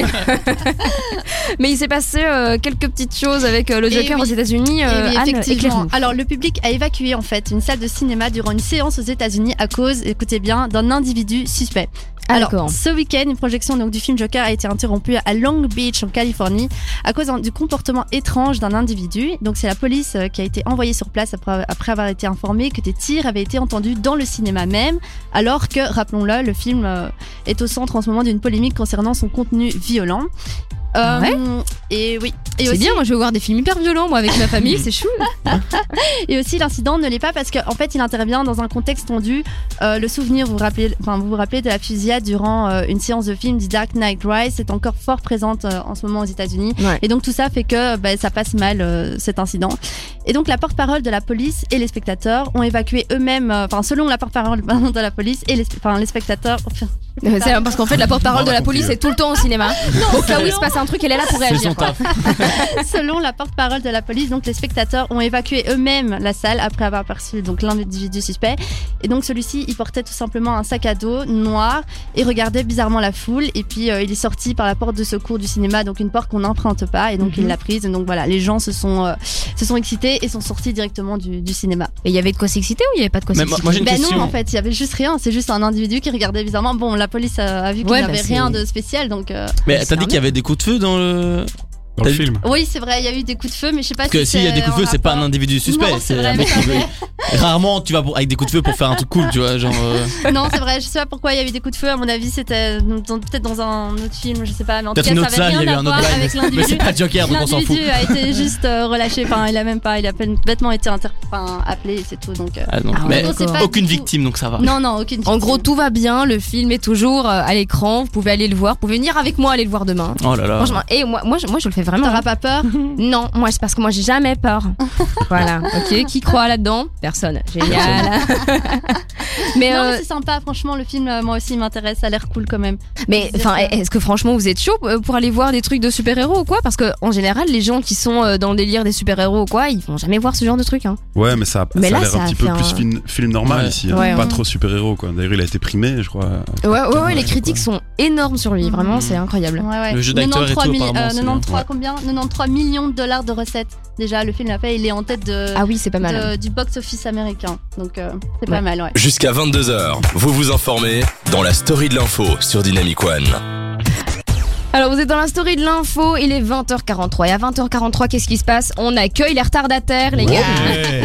Speaker 2: Mais il s'est passé euh, quelques petites choses avec euh, le
Speaker 3: Eh
Speaker 2: Joker
Speaker 3: oui.
Speaker 2: aux États-Unis.
Speaker 3: Eh
Speaker 2: Euh,
Speaker 3: oui,
Speaker 2: Anne,
Speaker 3: effectivement.
Speaker 2: éclaire-nous.
Speaker 3: Alors, le public a évacué en fait une salle de cinéma durant une séance aux États-Unis à cause, écoutez bien, d'un individu suspect.
Speaker 2: Ah,
Speaker 3: Alors,
Speaker 2: d'accord.
Speaker 3: ce week-end, une projection donc du film Joker a été interrompue à Long Beach en Californie à cause d'un- du comportement étrange d'un individu. Donc, c'est la police euh, qui a été envoyée sur place après, après avoir été informée que des tirs avaient été entendus dans le cinéma même, alors que, rappelons-le, le film euh, est au centre en ce moment d'une polémique concernant son contenu violent. Euh,
Speaker 2: Ouais.
Speaker 3: Et oui. Et
Speaker 2: C'est
Speaker 3: aussi-
Speaker 2: bien, moi je vais voir des films hyper violents, moi avec ma famille, c'est chou.
Speaker 3: Et aussi, l'incident ne l'est pas parce qu'en fait, il intervient dans un contexte tendu. Euh, le souvenir, vous vous rappelez, enfin, vous vous rappelez de la fusillade durant euh, une séance de film du Dark Knight Rise, c'est encore fort présente euh, en ce moment aux États-Unis.
Speaker 2: Ouais.
Speaker 3: Et donc, tout ça fait que bah, ça passe mal euh, cet incident. Et donc, la porte-parole de la police et les spectateurs ont évacué eux-mêmes, euh, enfin, selon la porte-parole pardon, de la police et les, enfin, les spectateurs.
Speaker 2: C'est parce qu'en fait, la porte-parole
Speaker 5: On
Speaker 2: de la
Speaker 5: raconte
Speaker 2: police
Speaker 5: mieux.
Speaker 2: est tout le temps au cinéma. Au cas où il se passe un truc, elle est là pour
Speaker 4: C'est
Speaker 2: réagir.
Speaker 4: son
Speaker 2: quoi.
Speaker 4: taf.
Speaker 3: Selon la porte-parole de la police, donc les spectateurs ont évacué eux-mêmes la salle après avoir aperçu donc l'individu suspect. Et donc celui-ci, il portait tout simplement un sac à dos noir et regardait bizarrement la foule. Et puis euh, il est sorti par la porte de secours du cinéma, donc une porte qu'on n'emprunte pas. Et donc
Speaker 4: Mhm.
Speaker 3: il l'a prise. Et donc voilà, les gens se sont euh, se sont excités et sont sortis directement du, du cinéma.
Speaker 2: Mais il y avait de quoi s'exciter ou il y avait pas de quoi
Speaker 4: Mais
Speaker 2: s'exciter
Speaker 4: moi, j'ai une
Speaker 3: Ben
Speaker 4: question.
Speaker 3: non, en fait, il y avait juste rien. C'est juste un individu qui regardait bizarrement. Bon, la police a, a vu qu'il
Speaker 2: Ouais,
Speaker 3: n'y
Speaker 2: bah,
Speaker 3: avait
Speaker 2: c'est-
Speaker 3: rien de spécial, donc. euh,
Speaker 4: Mais
Speaker 2: C'est
Speaker 4: t'as dit qu'il y avait des coups de feu dans le.
Speaker 5: Dans le
Speaker 4: T'as-
Speaker 5: film.
Speaker 3: Oui, c'est vrai. Il y a eu des coups de feu, mais je sais pas
Speaker 4: Parce que
Speaker 3: si
Speaker 4: s'il y a
Speaker 3: c'est
Speaker 4: des coups de feu,
Speaker 3: en
Speaker 4: c'est pas un
Speaker 3: rapport.
Speaker 4: individu suspect,
Speaker 3: Non, c'est
Speaker 4: c'est un
Speaker 3: vrai,
Speaker 4: mec qui
Speaker 3: c'est vrai.
Speaker 4: veut- Rarement tu vas pour- avec des coups de feu pour faire un truc cool, tu vois, genre. euh,
Speaker 3: Non, c'est vrai, je sais pas pourquoi il y avait des coups de feu, à mon avis, c'était euh, dans- peut-être dans un autre film, je sais pas, mais en tout
Speaker 4: Peut-être
Speaker 3: cas,
Speaker 4: une autre
Speaker 3: ça
Speaker 4: salle,
Speaker 3: avait
Speaker 4: il y
Speaker 3: rien
Speaker 4: a eu
Speaker 3: à
Speaker 4: un autre
Speaker 3: voir avec
Speaker 4: bail. Mais c'est
Speaker 3: l'individu.
Speaker 4: pas Joker, donc on s'en fout.
Speaker 3: L'individu a été juste euh, relâché, enfin, il a même pas, il a peine- bêtement été inter- enfin, appelé et c'est tout, donc. euh,
Speaker 4: Ah non,
Speaker 2: Ah ouais,
Speaker 4: mais
Speaker 3: donc, c'est
Speaker 2: d'accord.
Speaker 3: pas
Speaker 4: aucune
Speaker 3: du tout-
Speaker 4: victime, donc ça va.
Speaker 3: Non, non, aucune
Speaker 2: En
Speaker 3: victime.
Speaker 2: gros, tout va bien, le film est toujours euh, à l'écran, vous pouvez aller le voir, vous pouvez venir avec moi aller le voir demain.
Speaker 4: Oh là là.
Speaker 2: Franchement, et moi, moi, je, moi je le fais vraiment.
Speaker 3: T'auras pas peur
Speaker 2: Non, moi c'est parce que moi j'ai jamais peur. voilà, ok. Qui croit là-dedans Personne. Génial. mais
Speaker 3: Non,
Speaker 2: euh,
Speaker 3: mais c'est sympa, franchement, le film, euh, moi aussi, il m'intéresse, ça a l'air cool quand même.
Speaker 2: mais enfin, est-ce que franchement vous êtes chaud euh, pour aller voir des trucs de super-héros ou quoi Parce que en général, les gens qui sont euh, dans le délire des super-héros ou quoi, ils vont jamais voir ce genre de truc. Hein.
Speaker 5: Ouais, mais ça,
Speaker 2: Mais
Speaker 5: ça
Speaker 2: là,
Speaker 5: a l'air
Speaker 2: ça a
Speaker 5: un petit
Speaker 2: fait
Speaker 5: peu
Speaker 2: un-
Speaker 5: plus film, film normal
Speaker 4: Ouais.
Speaker 5: ici. hein.
Speaker 2: Ouais,
Speaker 5: pas
Speaker 2: ouais.
Speaker 5: trop super-héros quoi. D'ailleurs, il a été primé, je crois.
Speaker 2: Ouais, ouais, ouais, les
Speaker 5: Ouais,
Speaker 2: critiques
Speaker 5: quoi.
Speaker 2: sont énormes sur lui. Vraiment, c'est incroyable.
Speaker 3: Ouais, ouais.
Speaker 4: Le jeu d'acteur et
Speaker 3: 93
Speaker 4: tout,
Speaker 3: mi- euh,
Speaker 4: apparemment, c'est
Speaker 3: 93,
Speaker 5: bien.
Speaker 3: combien 93 millions de dollars de recettes. Déjà, le film l'a fait, il est en tête de,
Speaker 2: Ah oui, c'est pas mal.
Speaker 3: de- du box-office américain, donc euh, c'est
Speaker 2: Ouais.
Speaker 3: pas mal, ouais.
Speaker 1: Jusqu'à 22h, vous vous informez dans la story de l'info sur Dynamic One.
Speaker 2: Alors vous êtes dans la story de l'info, il est 20h43 et à 20h43 qu'est-ce qui se passe On accueille les retardataires les gars.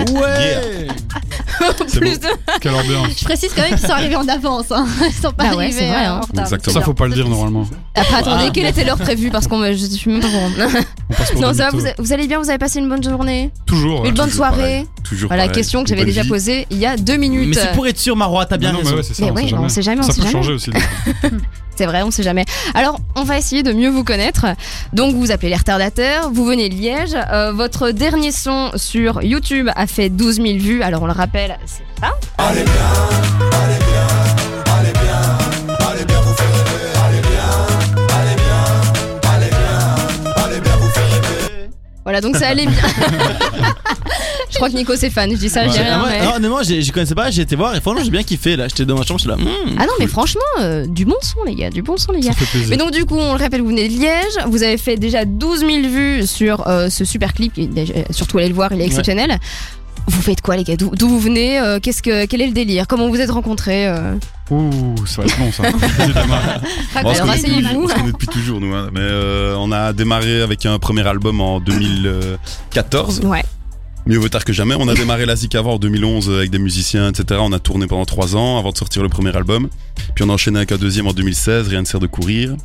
Speaker 5: Ouais. C'est
Speaker 2: Plus
Speaker 5: beau. Quelle ambiance.
Speaker 3: Je précise quand même qu'ils sont arrivés en avance. Hein. Ils sont pas
Speaker 2: Bah ouais,
Speaker 3: arrivés
Speaker 2: c'est vrai,
Speaker 3: euh,
Speaker 2: hein.
Speaker 3: en retard.
Speaker 5: Exactement.
Speaker 3: C'est
Speaker 5: Ça, faut
Speaker 3: bien.
Speaker 5: pas le dire normalement.
Speaker 2: Après bah, attendez,
Speaker 4: Ah.
Speaker 2: quelle était l'heure prévue parce qu'on me- je suis même pas au courant.
Speaker 5: On passe pour
Speaker 2: Non,
Speaker 5: des
Speaker 2: ça va, vous,
Speaker 5: mythos.
Speaker 2: vous allez bien, vous avez passé une bonne journée
Speaker 5: Toujours. ouais.
Speaker 2: Une bonne
Speaker 5: Toujours
Speaker 2: soirée
Speaker 5: pareil. Toujours.
Speaker 2: Voilà la
Speaker 5: pareil.
Speaker 2: question que
Speaker 5: Une
Speaker 2: j'avais
Speaker 5: bonne
Speaker 2: déjà
Speaker 5: vie. Ah
Speaker 2: posée il y a deux minutes.
Speaker 4: Mais c'est pour être sûr, Marois, t'as bien
Speaker 5: Mais non, mais
Speaker 4: raison.
Speaker 5: ouais, c'est ça,
Speaker 2: Mais
Speaker 5: on
Speaker 2: ouais,
Speaker 5: sait
Speaker 2: on sait jamais, on
Speaker 5: Ça
Speaker 2: sait
Speaker 5: peut
Speaker 2: jamais.
Speaker 5: changer aussi.
Speaker 2: C'est vrai, on sait jamais. Alors, on va essayer de mieux vous connaître. Donc, vous vous appelez les retardataires, vous venez de Liège. Euh, votre dernier son sur YouTube a fait 12 000 vues. Alors, on le rappelle, c'est ça. Voilà, donc ça allait bien. Je crois que Nico c'est fan, je dis ça, je dis
Speaker 4: Ah,
Speaker 2: rien.
Speaker 4: moi,
Speaker 2: mais-
Speaker 4: Non, mais moi, j'ai- je connaissais pas, j'ai été voir et franchement, j'ai bien kiffé. Là, j'étais dans ma chambre, j'étais là. hmm.
Speaker 2: Ah non, mais franchement, euh, du bon son, les gars, du bon son, les gars.
Speaker 5: Ça fait plaisir.
Speaker 2: Mais donc du coup, on le rappelle, vous venez de Liège, vous avez fait déjà 12 000 vues sur euh, ce super clip, qui est déjà- surtout allez le voir, il est exceptionnel. Vous faites quoi les gars D'où d'où vous venez Euh, Qu'est-ce que quel est le délire Comment vous êtes rencontrés euh
Speaker 5: Ouh, ça va être long ça. J'ai démarré.
Speaker 3: Raconte-
Speaker 5: Bon, on
Speaker 2: Alors,
Speaker 5: se connaît depuis-
Speaker 2: asseyez-vous.
Speaker 5: on se connaît depuis toujours, nous. hein. Mais euh, on a démarré avec un premier album en 2014.
Speaker 2: Ouais.
Speaker 5: Mieux vaut tard que jamais. On a démarré la Zika en 2011 euh, avec des musiciens, etc. On a tourné pendant trois ans avant de sortir le premier album. Puis on a enchaîné avec un deuxième en 2016, Rien ne sert de courir.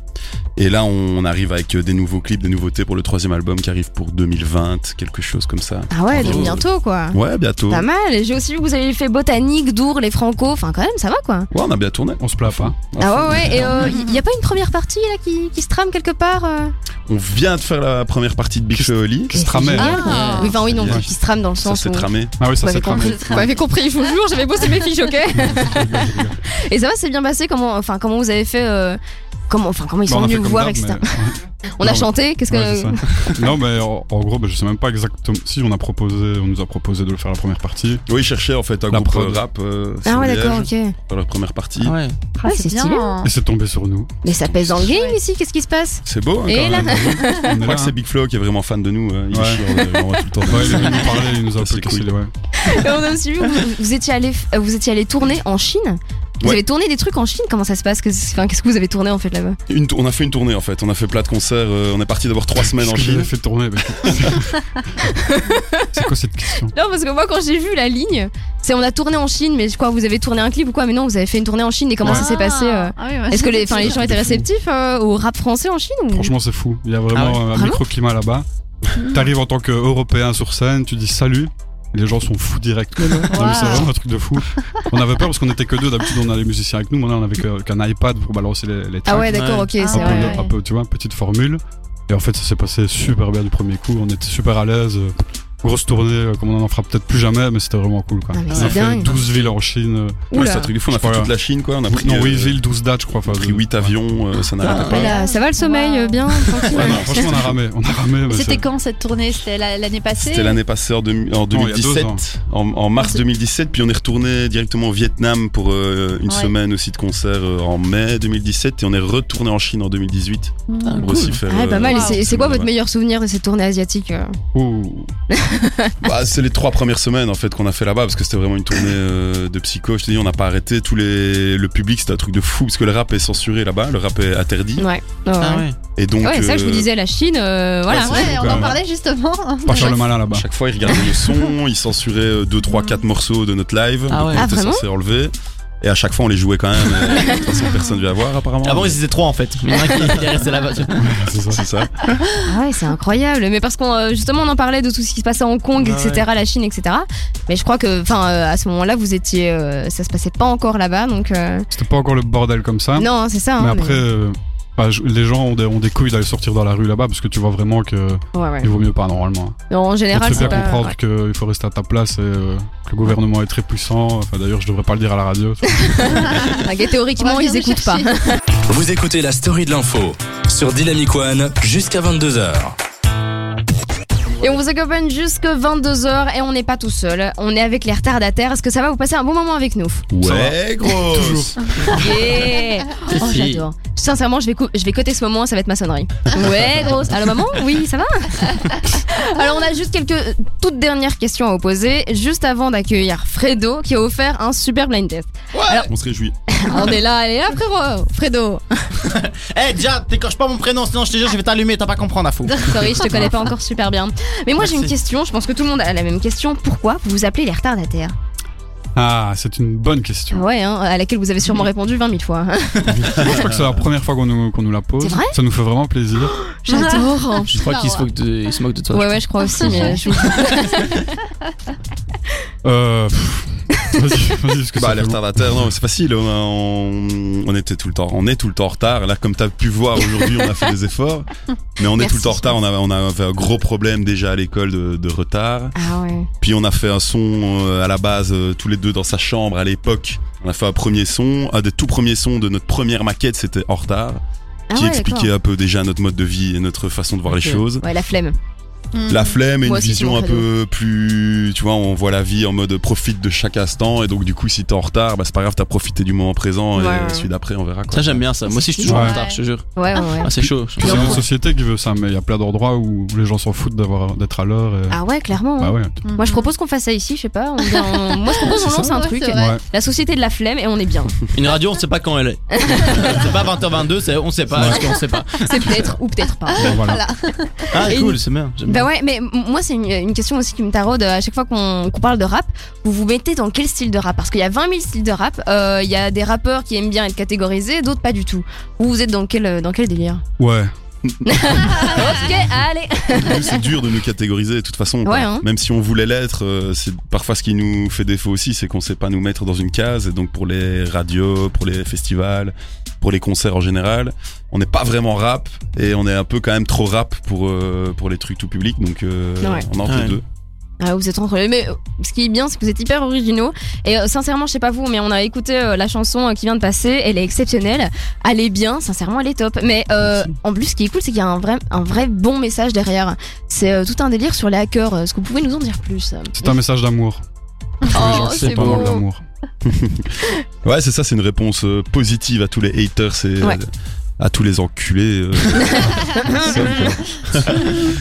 Speaker 5: Et là, on arrive avec euh, des nouveaux clips, des nouveautés pour le troisième album qui arrive pour 2020, quelque chose comme ça.
Speaker 2: Ah ouais,
Speaker 5: Bonjour.
Speaker 2: donc bientôt quoi.
Speaker 5: Ouais, bientôt.
Speaker 2: Pas mal. Et J'ai aussi vu que vous avez fait botanique, Dour, les Franco. Enfin quand même, ça va quoi.
Speaker 5: Ouais, on a bien tourné.
Speaker 6: On se plaint pas.
Speaker 2: Ah ouais ouais. Et euh, y, y a pas une première partie là qui, qui se trame quelque part euh
Speaker 5: On vient de faire la première partie de Big Show Oli.
Speaker 6: Qui se tramait.
Speaker 2: Ah. Oui, enfin oui non,
Speaker 5: Ouais.
Speaker 2: qui se trame dans le
Speaker 5: Ça
Speaker 2: sens
Speaker 5: s'est
Speaker 2: où.
Speaker 5: tramé.
Speaker 6: Ah oui, ça
Speaker 2: Vous
Speaker 6: s'est
Speaker 2: m'avez
Speaker 6: cramé.
Speaker 2: compris, vous m'avez compris, je vous jure, j'avais bossé mes fiches, ok Et ça va, c'est bien passé comment, enfin, comment vous avez fait euh, comment, enfin, comment ils
Speaker 6: Bah,
Speaker 2: sont
Speaker 6: on a fait
Speaker 2: venus vous
Speaker 6: comme
Speaker 2: voir,
Speaker 6: d'hab,
Speaker 2: etc.
Speaker 6: mais-
Speaker 2: On a
Speaker 6: Non,
Speaker 2: chanté, qu'est-ce
Speaker 6: Ouais,
Speaker 2: que.
Speaker 6: c'est ça. non, mais en, en gros, bah, je sais même pas exactement. Si on a proposé, on nous a proposé de le faire la première partie.
Speaker 5: Oui, ils cherchaient en fait un
Speaker 6: La
Speaker 5: groupe
Speaker 6: prod.
Speaker 5: euh, rap euh,
Speaker 2: ah
Speaker 5: sur
Speaker 2: ouais,
Speaker 5: Liège,
Speaker 2: d'accord, ok.
Speaker 5: dans leur première partie.
Speaker 4: Ah ouais.
Speaker 3: Ah,
Speaker 2: c'est stylé.
Speaker 3: hein.
Speaker 6: Et c'est tombé sur nous.
Speaker 2: Mais ça pèse dans le game ici, qu'est-ce qui se passe
Speaker 5: C'est beau. Hein,
Speaker 2: Et
Speaker 5: quand
Speaker 2: là-
Speaker 5: même.
Speaker 6: On est
Speaker 5: Je
Speaker 6: là.
Speaker 5: crois que c'est Big Flo qui est vraiment fan de nous. euh, il
Speaker 6: Ouais.
Speaker 5: chie, on le- on voit tout le temps.
Speaker 6: Ouais, il est venu nous parler, il nous a un
Speaker 5: Ça, c'est
Speaker 6: peu cassé
Speaker 5: cool.
Speaker 6: les- ouais.
Speaker 2: Et On a aussi vu, que vous, vous étiez allé, euh, vous étiez allé tourner en Chine Vous
Speaker 5: Ouais.
Speaker 2: avez tourné des trucs en Chine Comment ça se passe Que- enfin, Qu'est-ce que vous avez tourné en fait là-bas
Speaker 5: Une tou- on a fait une tournée en fait. On a fait plein de concerts. euh, on est parti d'abord trois semaines
Speaker 6: Qu'est-ce
Speaker 5: en
Speaker 6: que
Speaker 5: Chine.
Speaker 6: j'avais fait tourner. mec c'est quoi cette question
Speaker 2: Non, parce que moi, quand j'ai vu la ligne, c'est on a tourné en Chine, mais quoi, vous avez tourné un clip ou quoi Mais non, vous avez fait une tournée en Chine, et comment ça
Speaker 3: Ah.
Speaker 2: s'est passé euh,
Speaker 3: Ah oui, ouais.
Speaker 2: Est-ce que les, enfin, les gens étaient
Speaker 6: C'est fou.
Speaker 2: réceptifs euh, au rap français en Chine ou...
Speaker 6: Franchement, c'est fou. Il y a vraiment
Speaker 4: Ah ouais.
Speaker 6: euh, un
Speaker 2: Vraiment Mmh.
Speaker 6: microclimat là-bas. T'arrives en tant qu'Européen sur scène, tu dis salut. et Les gens sont fous direct. quoi. Non, mais c'est
Speaker 3: Waouh.
Speaker 6: vraiment un truc de fou. On avait peur parce qu'on était que deux. D'habitude, on a les musiciens avec nous. Maintenant, on avait que- qu'un iPad pour balancer les, les tracks.
Speaker 2: Ah ouais, d'accord,
Speaker 4: Ouais.
Speaker 2: ok,
Speaker 3: Ah
Speaker 2: c'est
Speaker 6: un, peu,
Speaker 2: vrai.
Speaker 3: ouais.
Speaker 6: un peu, tu vois, petite formule. Et en fait, ça s'est passé super bien du premier coup. On était super à l'aise. euh, Grosse tournée, euh, comme on en fera peut-être plus jamais, mais c'était vraiment cool. Quoi.
Speaker 2: Ah, mais
Speaker 6: on
Speaker 2: c'est
Speaker 6: a fait
Speaker 2: dingue.
Speaker 6: 12 villes en Chine.
Speaker 5: Ouais,
Speaker 2: Oula.
Speaker 5: c'est un truc de fou. On a
Speaker 6: Je crois,
Speaker 5: fait toute
Speaker 6: ouais.
Speaker 5: la Chine quoi. On a pris,
Speaker 6: non, 8
Speaker 5: euh,
Speaker 6: villes, 12 dates, je crois.
Speaker 5: on a pris 8 avions. euh, ça n'arrêtait
Speaker 2: Ouais,
Speaker 5: pas.
Speaker 2: Ah, là, ça va le sommeil,
Speaker 3: Wow.
Speaker 2: euh, bien tranquille.
Speaker 6: Ouais, non, franchement, on a ramé. On a ramé mais
Speaker 3: C'était
Speaker 6: c'est-
Speaker 3: quand cette tournée C'était la- l'année passée
Speaker 5: C'était l'année passée en, deux- en
Speaker 6: Non, il y a deux
Speaker 5: 2017,
Speaker 6: ans.
Speaker 5: en, en mars 2017, puis on est retourné directement au Vietnam pour euh, une
Speaker 3: Ouais.
Speaker 5: semaine aussi de concert euh, en mai 2017, et on est retourné en Chine en 2018
Speaker 3: Mmh.
Speaker 5: pour aussi faire. euh,
Speaker 2: Ah, pas mal.
Speaker 3: Wow.
Speaker 2: Et c'est- Et c'est quoi votre
Speaker 5: meilleur
Speaker 2: meilleur souvenir de cette tournée asiatique euh
Speaker 6: Ouh.
Speaker 5: Bah, c'est les trois premières semaines en fait qu'on a fait là-bas parce que c'était vraiment une tournée euh, de psycho. Je te dis, on n'a pas arrêté. Tous les le public, c'était un truc de fou parce que le rap est censuré là-bas, le rap est interdit.
Speaker 2: Ouais. Oh,
Speaker 4: Ah
Speaker 2: ouais,
Speaker 4: ouais.
Speaker 5: Et donc,
Speaker 2: Ouais, ça, je vous
Speaker 5: euh,
Speaker 2: disais, la Chine, euh, voilà.
Speaker 5: c'est
Speaker 3: Ouais,
Speaker 6: fou,
Speaker 3: on
Speaker 6: quand
Speaker 3: en
Speaker 6: même.
Speaker 3: parlait justement.
Speaker 6: Pas faire le malin là-bas.
Speaker 5: chaque fois, ils regardaient le son, ils censuraient euh, deux, trois, quatre morceaux de notre live.
Speaker 4: Ah ouais.
Speaker 5: Donc, on
Speaker 2: Ah,
Speaker 5: était
Speaker 2: vraiment
Speaker 5: censé enlever. Et à chaque fois, on les jouait quand même. euh, De toute façon, personne ne devait avoir apparemment.
Speaker 4: Avant, ils étaient trois en fait. Il y en a un qui il est resté là-bas.
Speaker 6: C'est ça.
Speaker 5: c'est ça.
Speaker 2: Ah ouais, c'est incroyable. Mais parce qu'on, euh, justement, on en parlait de tout ce qui se passait à Hong Kong,
Speaker 4: Bah
Speaker 2: etc., la Chine, etc. Mais je crois que, enfin, euh, à ce moment-là, vous étiez, euh, ça se passait pas encore là-bas, donc. euh,
Speaker 6: C'était pas encore le bordel comme ça.
Speaker 2: Non, hein, c'est ça.
Speaker 6: mais
Speaker 2: hein,
Speaker 6: après, euh, bah, je- les gens ont des, ont des couilles d'aller sortir dans la rue là-bas parce que tu vois vraiment que
Speaker 2: mais- Ouais, ouais.
Speaker 6: il vaut mieux pas normalement.
Speaker 2: Non, En
Speaker 6: On te
Speaker 2: général,
Speaker 6: fait bien
Speaker 2: c'est pas.
Speaker 6: comprendre
Speaker 2: ouais.
Speaker 6: qu'il faut rester à ta place et euh, que le gouvernement est très puissant. Enfin, d'ailleurs, je devrais pas le dire à la radio.
Speaker 2: Ouais, Ah, théoriquement, ils écoutent pas.
Speaker 1: Vous écoutez la story de l'info sur Dynamic One jusqu'à 22h.
Speaker 2: Et on vous accompagne jusque 22h et on n'est pas tout seul. On est avec les retardataires. Est-ce que ça va vous passer un bon moment avec nous
Speaker 5: Ouais, gros.
Speaker 6: Toujours.
Speaker 2: Yeah Oh,
Speaker 4: Si.
Speaker 2: j'adore. Sincèrement, je vais, cou- je vais coter ce moment, ça va être ma sonnerie. Ouais, grosse. Allô, maman Oui, ça va Alors, on a juste quelques euh, toutes dernières questions à vous poser, juste avant d'accueillir Fredo, qui a offert un super blind test.
Speaker 5: On se réjouit.
Speaker 2: On est là, elle est là, frérot Fredo
Speaker 4: Eh, déjà, t'écorches pas mon prénom, sinon je te jure, je vais t'allumer, t'as pas comprendre à fou.
Speaker 2: Sorry, je te connais pas encore super bien. Mais moi, j'ai une
Speaker 4: Merci.
Speaker 2: question, je pense que tout le monde a la même question. Pourquoi vous vous appelez les retardataires
Speaker 6: Ah, c'est une bonne question. Mm.
Speaker 2: Ouais, hein, à laquelle vous avez sûrement répondu 20 000 fois.
Speaker 6: Moi, je crois que c'est la première fois qu'on nous, qu'on nous la pose.
Speaker 2: C'est vrai
Speaker 6: ça nous fait vraiment plaisir.
Speaker 2: J'adore
Speaker 4: Je crois qu'il se,
Speaker 3: Ah ouais.
Speaker 4: moque de- il se moque de toi.
Speaker 2: Ouais, ouais, je crois aussi, mais je-
Speaker 6: Euh, pff, Vas-y, vas-y, parce que
Speaker 5: Bah,
Speaker 6: ça
Speaker 5: les
Speaker 6: fait long.
Speaker 5: retardataires, non, mais c'est facile. On, a- on- on était tout le temps, on est tout le temps en retard. Là, comme t'as pu voir aujourd'hui, on a fait des efforts, mais on est
Speaker 2: Merci.
Speaker 5: tout le temps en retard. On avait, on avait un gros problème déjà à l'école de, de retard.
Speaker 2: Ah ouais.
Speaker 5: Puis on a fait un son euh, à la base euh, tous les deux dans sa chambre à l'époque. On a fait un premier son, un des tout premiers sons de notre première maquette, c'était en retard,
Speaker 2: Ah
Speaker 5: qui
Speaker 2: ouais,
Speaker 5: expliquait
Speaker 2: d'accord.
Speaker 5: un peu déjà notre mode de vie et notre façon de voir
Speaker 4: Ok.
Speaker 5: les choses.
Speaker 2: Ouais, la flemme.
Speaker 5: La flemme et une
Speaker 2: Mmh. Moi aussi,
Speaker 5: vision
Speaker 2: c'est
Speaker 5: un
Speaker 2: mon credo.
Speaker 5: peu plus, tu vois, on voit la vie en mode profite de chaque instant et donc du coup si t'es en retard, bah c'est pas grave, t'as profité du moment présent et
Speaker 2: Ouais, ouais.
Speaker 5: celui d'après on verra quoi.
Speaker 4: Ça, j'aime bien ça. Moi aussi, je suis toujours en
Speaker 6: Ouais.
Speaker 4: retard, je te jure.
Speaker 2: Ouais, ouais, ouais.
Speaker 4: Ah, c'est chaud.
Speaker 6: C'est notre société qui veut ça, mais il y a plein d'endroits où les gens s'en foutent d'avoir d'être à l'heure. Et...
Speaker 2: Ah ouais, clairement.
Speaker 6: Bah
Speaker 2: hein.
Speaker 6: ouais.
Speaker 2: Moi, je propose qu'on fasse ça ici, je sais pas. on- on- Moi, je propose qu'on
Speaker 6: C'est ça.
Speaker 2: lance un
Speaker 3: Ouais,
Speaker 2: truc.
Speaker 3: c'est vrai.
Speaker 6: Ouais.
Speaker 2: La société de la flemme et on est bien.
Speaker 4: Une radio, on sait pas quand elle est. c'est pas 20h22, c'est on sait pas. parce qu'on sait pas.
Speaker 2: C'est peut-être ou peut-être pas.
Speaker 6: Bon, voilà.
Speaker 4: Ah,
Speaker 2: Et
Speaker 4: cool, c'est bien. j'aime
Speaker 2: Bah
Speaker 4: bien.
Speaker 2: ouais, mais m- moi c'est une, une question aussi qui me taraude euh, à chaque fois qu'on qu'on parle de rap. Vous vous mettez dans quel style de rap Parce qu'il y a 20 000 styles de rap. euh, Il y a des rappeurs qui aiment bien être catégorisés, d'autres pas du tout. Vous vous êtes dans quel euh, dans quel délire
Speaker 6: Ouais.
Speaker 2: Ah, Ok, allez.
Speaker 5: Nous, c'est dur de nous catégoriser de toute façon. quoi.
Speaker 2: Ouais, hein.
Speaker 5: Même si on voulait l'être, euh, c'est parfois ce qui nous fait défaut aussi, c'est qu'on sait pas nous mettre dans une case et donc pour les radios, pour les festivals, pour les concerts en général, on n'est pas vraiment rap et on est un peu quand même trop rap pour euh, pour les trucs tout public donc euh,
Speaker 2: Ouais.
Speaker 5: on est entre
Speaker 4: Ouais.
Speaker 5: les deux.
Speaker 2: Ah, vous êtes entre les- Mais euh, ce qui est bien, c'est que vous êtes hyper originaux. Et euh, sincèrement, je sais pas vous, mais on a écouté euh, la chanson euh, qui vient de passer. Elle est exceptionnelle. Elle est bien, sincèrement, elle est top. Mais euh, en plus, ce qui est cool, c'est qu'il y a un vrai, un vrai bon message derrière. C'est euh, tout un délire sur les hackers. Est-ce que vous pouvez nous en dire plus
Speaker 6: C'est un message d'amour. Pour
Speaker 2: Oh,
Speaker 6: les gens qui
Speaker 2: c'est
Speaker 6: sont pas dans
Speaker 2: beau.
Speaker 6: l'amour.
Speaker 5: Ouais, c'est ça, c'est une réponse euh, positive à tous les haters et
Speaker 2: Ouais.
Speaker 5: euh, à tous les enculés. euh,
Speaker 2: Ah,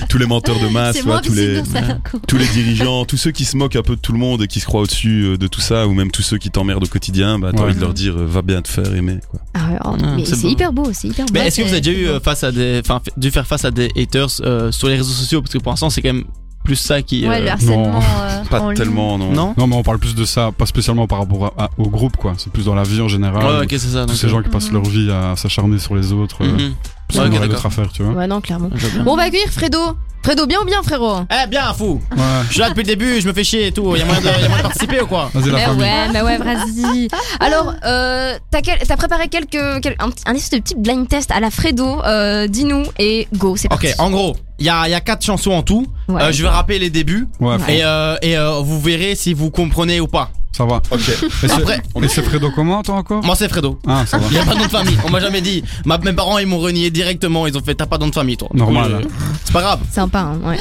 Speaker 5: tous les menteurs de masse,
Speaker 3: C'est
Speaker 5: voilà,
Speaker 3: moi
Speaker 5: tous les,
Speaker 3: ça.
Speaker 5: tous les dirigeants, tous ceux qui se moquent un peu de tout le monde et qui se croient au-dessus euh, de tout ça, ou même tous ceux qui t'emmerdent au quotidien, bah, t'as
Speaker 6: Ouais.
Speaker 5: envie de leur dire euh, va bien te faire aimer. Quoi.
Speaker 2: Ah ouais, oh,
Speaker 4: Ah,
Speaker 2: mais
Speaker 4: c'est
Speaker 2: c'est
Speaker 4: beau.
Speaker 2: hyper beau, bah c'est hyper beau.
Speaker 4: Mais
Speaker 3: Ouais,
Speaker 4: est-ce que vous avez
Speaker 3: c'est-
Speaker 4: déjà eu
Speaker 3: c'est
Speaker 4: euh, face à des, enfin, fait- dû faire face à des haters euh, sur les réseaux sociaux Parce que pour l'instant, c'est quand même plus ça qui.
Speaker 3: Ouais, le
Speaker 4: euh,
Speaker 6: non.
Speaker 3: harcèlement. euh,
Speaker 5: Pas
Speaker 3: en ligne.
Speaker 5: tellement, non.
Speaker 4: Non.
Speaker 6: Non, mais on parle plus de ça, pas spécialement par rapport à- à- au groupe, quoi. C'est plus dans la vie en général.
Speaker 4: Ouais, ok, c'est ça.
Speaker 6: Ah, Tous
Speaker 4: donc, euh,
Speaker 6: ces gens qui passent
Speaker 3: Mhm.
Speaker 6: leur vie à s'acharner sur les autres. euh,
Speaker 4: Mhm. Ouais, ok,
Speaker 6: parce qu'on aurait d'autres
Speaker 4: d'accord.
Speaker 6: affaires, tu vois.
Speaker 2: Ouais, non, clairement.
Speaker 4: Je vois bien.
Speaker 2: Bon, on va accueillir Fredo. Fredo, bien ou bien, frérot
Speaker 4: Eh bien, fou
Speaker 6: Ouais.
Speaker 4: Je suis là depuis le début, je me fais chier et tout. Y'a moyen, de- y a moyen de participer ou quoi
Speaker 6: Vas-y, la
Speaker 2: Mais
Speaker 6: famille.
Speaker 2: ouais, mais Bah ouais, vas-y. Alors, euh, t'as quel- t'as préparé quelques, quel- un, petit- un espèce de petit blind test à la Fredo. euh, Dis-nous et go, c'est
Speaker 4: Ok,
Speaker 2: parti.
Speaker 4: en gros, il y a, y a quatre chansons en tout.
Speaker 2: Ouais.
Speaker 4: Euh, je vais rappeler les débuts
Speaker 6: Ouais,
Speaker 2: Ouais.
Speaker 6: faut-
Speaker 4: et, euh, et euh, vous verrez si vous comprenez ou pas.
Speaker 6: ça va.
Speaker 5: Ok.
Speaker 6: Et c'est-
Speaker 4: Après-
Speaker 6: et c'est Fredo comment, toi, encore
Speaker 4: Moi, c'est Fredo.
Speaker 6: Ah, ça va.
Speaker 4: Il a pas de nom de famille. On m'a jamais dit. Ma- mes parents, ils m'ont renié directement. Ils ont fait T'as pas de nom de famille, toi.
Speaker 6: Normal,
Speaker 4: Euh,
Speaker 6: hein.
Speaker 4: C'est pas grave.
Speaker 2: Sympa, hein, ouais.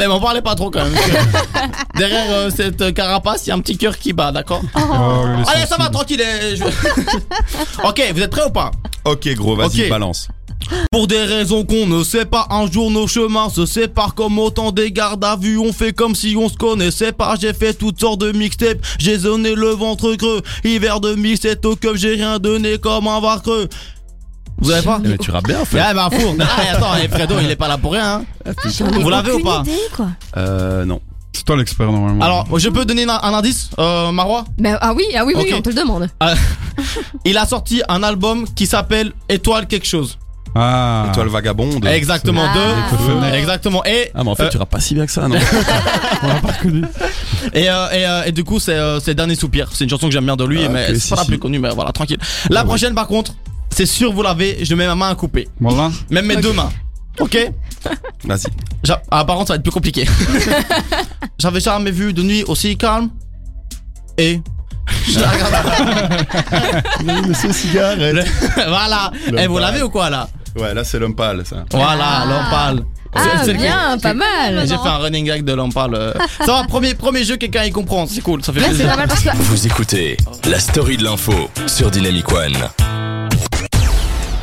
Speaker 4: Mais m'en parlez pas trop quand même. parce que Derrière euh, cette euh, carapace, il y a un petit cœur qui bat, d'accord
Speaker 2: Ah,
Speaker 6: Oh, les
Speaker 4: Allez, ça
Speaker 6: sensibles.
Speaker 4: va, tranquille. euh, je- ok, vous êtes prêts ou pas
Speaker 5: Ok, gros, vas-y,
Speaker 4: Ok.
Speaker 5: balance.
Speaker 4: Pour des raisons qu'on ne sait pas, un jour nos chemins se séparent comme autant des gardes à vue. On fait comme si on se connaissait pas. J'ai fait toutes sortes de mixtapes, j'ai zoné le ventre creux. Hiver 2007 au cup, j'ai rien donné comme un var creux. Vous avez pas
Speaker 5: Eh, Mais tu rappes bien, en fait.
Speaker 4: Ouais, bah four. Ah, attends, eh, Fredo, il est pas là pour rien. hein.
Speaker 2: J'en ai
Speaker 4: Vous l'avez
Speaker 2: aucune
Speaker 4: ou pas
Speaker 2: idée, quoi.
Speaker 5: Euh, non.
Speaker 6: C'est toi l'expert,
Speaker 5: Mm.
Speaker 6: normalement.
Speaker 4: Alors, je peux donner un, un indice, euh, Marois
Speaker 2: Mais, ah oui, ah oui, oui,
Speaker 4: Ok.
Speaker 2: on te le demande.
Speaker 4: Il a sorti un album qui s'appelle Étoile quelque chose.
Speaker 6: Ah.
Speaker 5: Étoile vagabonde.
Speaker 4: Exactement,
Speaker 2: Ah.
Speaker 6: Les feux de
Speaker 4: deux.
Speaker 6: fenêtre.
Speaker 4: Exactement. Et,
Speaker 5: Ah, mais en fait,
Speaker 4: Euh,
Speaker 5: tu rappes pas si bien que ça, non
Speaker 6: On l'a pas reconnu.
Speaker 4: et, euh, et, euh, et du coup, c'est euh, c'est Dernier Soupir. C'est une chanson que j'aime bien de lui,
Speaker 5: Ah,
Speaker 4: mais
Speaker 5: ok,
Speaker 4: c'est
Speaker 5: si,
Speaker 4: pas la
Speaker 5: si.
Speaker 4: plus connue, mais voilà, tranquille. La
Speaker 5: Ah, ouais.
Speaker 4: prochaine, par contre, c'est sûr, vous l'avez, je mets ma main à couper.
Speaker 6: Voilà.
Speaker 4: Même mes deux mains. Ok
Speaker 5: Vas-y.
Speaker 4: J'a- ah, par contre, ça va être plus compliqué. J'avais jamais vu de nuit aussi calme. Et. Je la regarde.
Speaker 5: Monsieur Cigarette.
Speaker 4: voilà.
Speaker 5: L'homme
Speaker 4: Et vous
Speaker 5: pâle.
Speaker 4: l'avez ou quoi là
Speaker 5: Ouais, là, c'est l'homme pâle, ça.
Speaker 4: Voilà, l'homme pâle.
Speaker 2: Ah
Speaker 4: C'est- c'est-
Speaker 2: bien, pas mal.
Speaker 4: J'ai fait un running gag de l'homme pâle. euh. Ça va, premier, premier jeu, quelqu'un y comprend. C'est cool, ça fait
Speaker 2: Là, c'est
Speaker 4: plaisir.
Speaker 2: pas mal parce que
Speaker 1: Vous écoutez la story de l'info sur Dynamic One.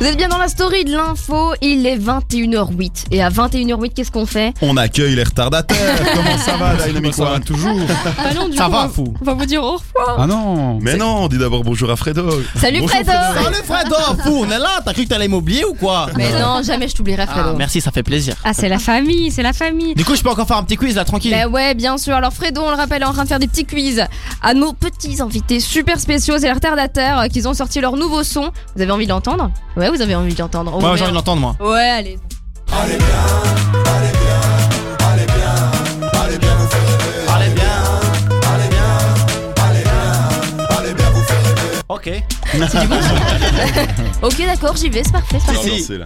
Speaker 2: vous êtes bien dans la story de l'info. Il est 21h08 et à 21h08, qu'est-ce qu'on fait
Speaker 5: On accueille les retardataires. Comment ça va, Dynamic
Speaker 6: Ça va
Speaker 5: One
Speaker 6: toujours.
Speaker 2: Ah
Speaker 4: Ça va, fou.
Speaker 2: On va vous dire au revoir.
Speaker 6: Ah non.
Speaker 5: Mais non, dis d'abord bonjour à Fredo.
Speaker 2: Salut
Speaker 5: Bonjour,
Speaker 2: Fredo.
Speaker 4: Salut Fredo, fou, on est là. T'as cru que t'allais m'oublier ou quoi
Speaker 2: Mais non, jamais je t'oublierai
Speaker 4: Ah,
Speaker 2: Fredo.
Speaker 4: Merci, ça fait plaisir.
Speaker 2: Ah, c'est la famille, c'est la famille.
Speaker 4: Du coup, je peux encore faire un petit quiz là, tranquille.
Speaker 2: Bah ouais, bien sûr. Alors Fredo, on le rappelle, est en train de faire des petits quiz à nos petits invités super spéciaux, c'est les retardataires euh, qu'ils ont sorti leur nouveau son. Vous avez envie de l'entendre Ouais, vous avez envie de l'entendre.
Speaker 4: Moi,
Speaker 2: Ouais,
Speaker 4: j'ai envie de l'entendre, moi.
Speaker 2: ouais, allez.
Speaker 4: Allez bien, allez bien, allez bien, allez bien, allez bien, ok
Speaker 2: Ok, d'accord, j'y vais, c'est parfait. c'est
Speaker 5: Je vais
Speaker 2: parfait.
Speaker 4: Si.
Speaker 5: relancer, là.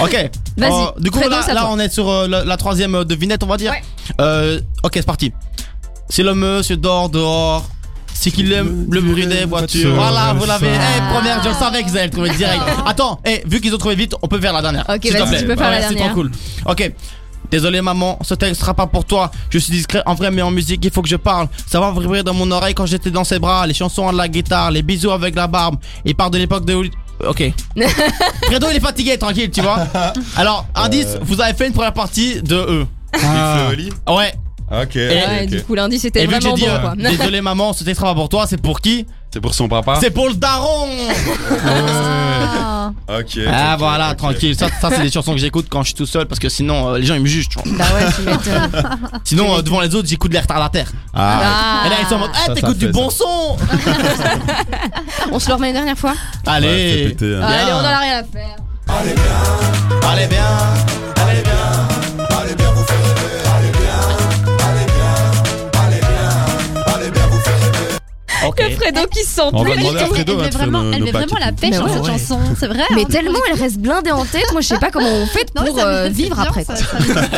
Speaker 4: Ok.
Speaker 2: Vas-y,
Speaker 4: Euh, du coup,
Speaker 2: Fredo,
Speaker 4: là,
Speaker 2: c'est à
Speaker 4: là,
Speaker 2: toi.
Speaker 4: on est sur euh, la, la troisième euh, devinette, on va dire.
Speaker 2: Ouais.
Speaker 4: Euh, ok, c'est parti. Si le monsieur dort dehors, c'est qu'il aime le bruit des voitures.
Speaker 6: voitures.
Speaker 4: Voilà, vous l'avez. Eh,
Speaker 2: Ah.
Speaker 4: première, je le savais que vous allez le trouver direct. Attends, eh, vu qu'ils ont trouvé vite, on peut faire la dernière.
Speaker 2: Ok,
Speaker 4: s'il te
Speaker 2: vas-y,
Speaker 4: plaît.
Speaker 2: tu peux faire la
Speaker 4: Ouais, C'est
Speaker 2: dernière.
Speaker 4: trop cool. Ok. Désolé maman, ce texte sera pas pour toi. Je suis discret en vrai mais en musique il faut que je parle. Ça va vibrer dans mon oreille quand j'étais dans ses bras. Les chansons à la guitare, les bisous avec la barbe. Il part de l'époque de... Ok. Fredo il est fatigué, tranquille, tu vois. Alors, indice, vous avez fait une première partie de E.
Speaker 6: Ah.
Speaker 5: Oli
Speaker 4: Ouais.
Speaker 5: Ah, Ok.
Speaker 4: Et-
Speaker 2: Ouais,
Speaker 5: ok,
Speaker 2: du
Speaker 5: ok.
Speaker 2: coup, lundi c'était
Speaker 4: Et vu que j'ai
Speaker 2: vraiment
Speaker 4: dit,
Speaker 2: bon
Speaker 4: euh,
Speaker 2: quoi.
Speaker 4: désolé maman, ce texte sera pas pour toi, c'est pour qui
Speaker 5: C'est pour son papa
Speaker 4: C'est pour le daron
Speaker 3: Ah.
Speaker 5: Ok.
Speaker 4: Ah
Speaker 5: ok,
Speaker 4: voilà,
Speaker 5: ok.
Speaker 4: tranquille. Ça, ça c'est des chansons que j'écoute quand je suis tout seul parce que sinon, euh, les gens ils me jugent, tu vois.
Speaker 2: Bah ouais, tu m'étonnes.
Speaker 4: Sinon, euh, devant les autres, j'écoute les retardataires.
Speaker 5: Ah,
Speaker 2: Ah.
Speaker 4: Et là, ils sont en mode, ah. eh,
Speaker 5: ça
Speaker 4: t'écoutes du
Speaker 5: fait
Speaker 4: bon son
Speaker 2: On se le remet une dernière fois.
Speaker 5: ouais, fais
Speaker 4: Allez
Speaker 5: péter, hein.
Speaker 2: Allez, on en a rien à faire.
Speaker 4: Allez bien Allez bien Ok.
Speaker 2: Fredo qui se sent
Speaker 5: On va
Speaker 2: plus.
Speaker 5: demander à Fredo
Speaker 3: elle
Speaker 5: hein,
Speaker 3: met
Speaker 5: de faire
Speaker 3: vraiment,
Speaker 5: nos-
Speaker 3: elle
Speaker 5: nos
Speaker 3: met vraiment la
Speaker 5: packs.
Speaker 3: pêche
Speaker 2: Mais
Speaker 3: dans
Speaker 2: ouais,
Speaker 3: cette
Speaker 4: ouais.
Speaker 3: chanson, c'est vrai.
Speaker 2: Mais tellement elle reste blindée en tête, moi je sais pas comment on fait
Speaker 3: Non,
Speaker 2: pour
Speaker 3: ça me-
Speaker 2: euh,
Speaker 3: c'est
Speaker 2: vivre
Speaker 3: bien,
Speaker 2: après.
Speaker 3: ça,
Speaker 2: quoi.
Speaker 3: ça me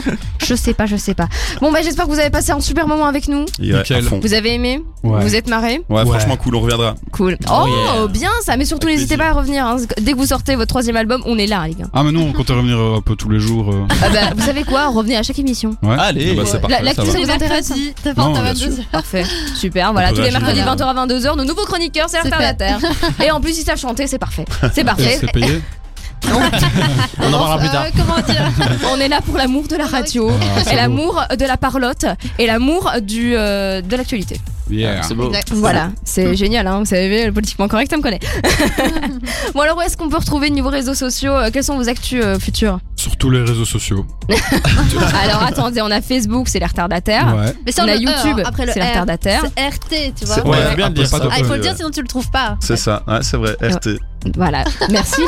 Speaker 3: touche.
Speaker 2: Je sais pas, je sais pas. Bon bah j'espère que vous avez passé un super moment avec nous.
Speaker 5: Ouais, à
Speaker 6: Nickel.
Speaker 5: fond.
Speaker 2: Vous avez aimé
Speaker 6: Ouais.
Speaker 2: Vous êtes marrés
Speaker 5: Ouais,
Speaker 6: Ouais.
Speaker 5: franchement cool, on reviendra.
Speaker 2: Cool. Oh,
Speaker 4: Oh, yeah.
Speaker 2: bien ça. Mais surtout,
Speaker 5: Avec
Speaker 2: n'hésitez pas à
Speaker 5: plaisir.
Speaker 2: revenir. hein. Dès que vous sortez votre troisième album, on est là, les gars.
Speaker 6: Ah, mais non, on comptait revenir euh, un peu tous les jours. euh.
Speaker 2: Ah bah, vous savez quoi Revenez à chaque émission.
Speaker 6: Ouais.
Speaker 4: Allez.
Speaker 5: Ah bah, c'est
Speaker 2: Ouais.
Speaker 5: parfait,
Speaker 2: La- la
Speaker 5: ça
Speaker 2: clé,
Speaker 5: va.
Speaker 2: Ça vous intéresse,
Speaker 3: Mercredi, de 20 à
Speaker 6: bien
Speaker 3: 22 heures.
Speaker 2: Parfait. Super. Voilà,
Speaker 5: peut
Speaker 2: tous les
Speaker 5: réagir.
Speaker 2: mercredis de 20h à 22h, nos nouveaux chroniqueurs, c'est
Speaker 3: C'est
Speaker 2: l'afterlater. Et en plus, ils savent chanter, c'est parfait. C'est
Speaker 6: Et
Speaker 2: parfait.
Speaker 6: c'est payé
Speaker 4: On en parlera plus tard.
Speaker 3: Euh, Comment dire
Speaker 2: On est là pour l'amour de la radio.
Speaker 6: Ah,
Speaker 2: Et
Speaker 6: c'est beau.
Speaker 2: l'amour de la parlotte et l'amour du euh, de l'actualité.
Speaker 6: Yeah.
Speaker 4: C'est beau.
Speaker 2: Voilà, c'est génial, hein, vous savez, le politiquement correct, ça me connaît. bon alors, où est-ce qu'on peut retrouver niveau réseaux sociaux euh, Quels sont vos actus euh, futurs
Speaker 6: Sur tous les réseaux sociaux.
Speaker 2: Alors attendez, on a Facebook, c'est les retardataires.
Speaker 6: Ouais.
Speaker 3: Mais sans
Speaker 2: on a
Speaker 3: le E,
Speaker 2: YouTube,
Speaker 3: hein, après le
Speaker 2: c'est
Speaker 3: R.
Speaker 2: retardataire.
Speaker 3: C'est RT, tu vois.
Speaker 5: C'est- Ouais,
Speaker 6: Ouais,
Speaker 5: bien
Speaker 6: un
Speaker 5: de
Speaker 6: peu
Speaker 5: dire
Speaker 6: pas
Speaker 5: ça.
Speaker 6: de-
Speaker 3: Ah, il faut le dire
Speaker 5: Ouais.
Speaker 3: sinon tu le trouves pas.
Speaker 5: euh, C'est ça, ouais, c'est vrai, RT.
Speaker 2: Voilà, merci.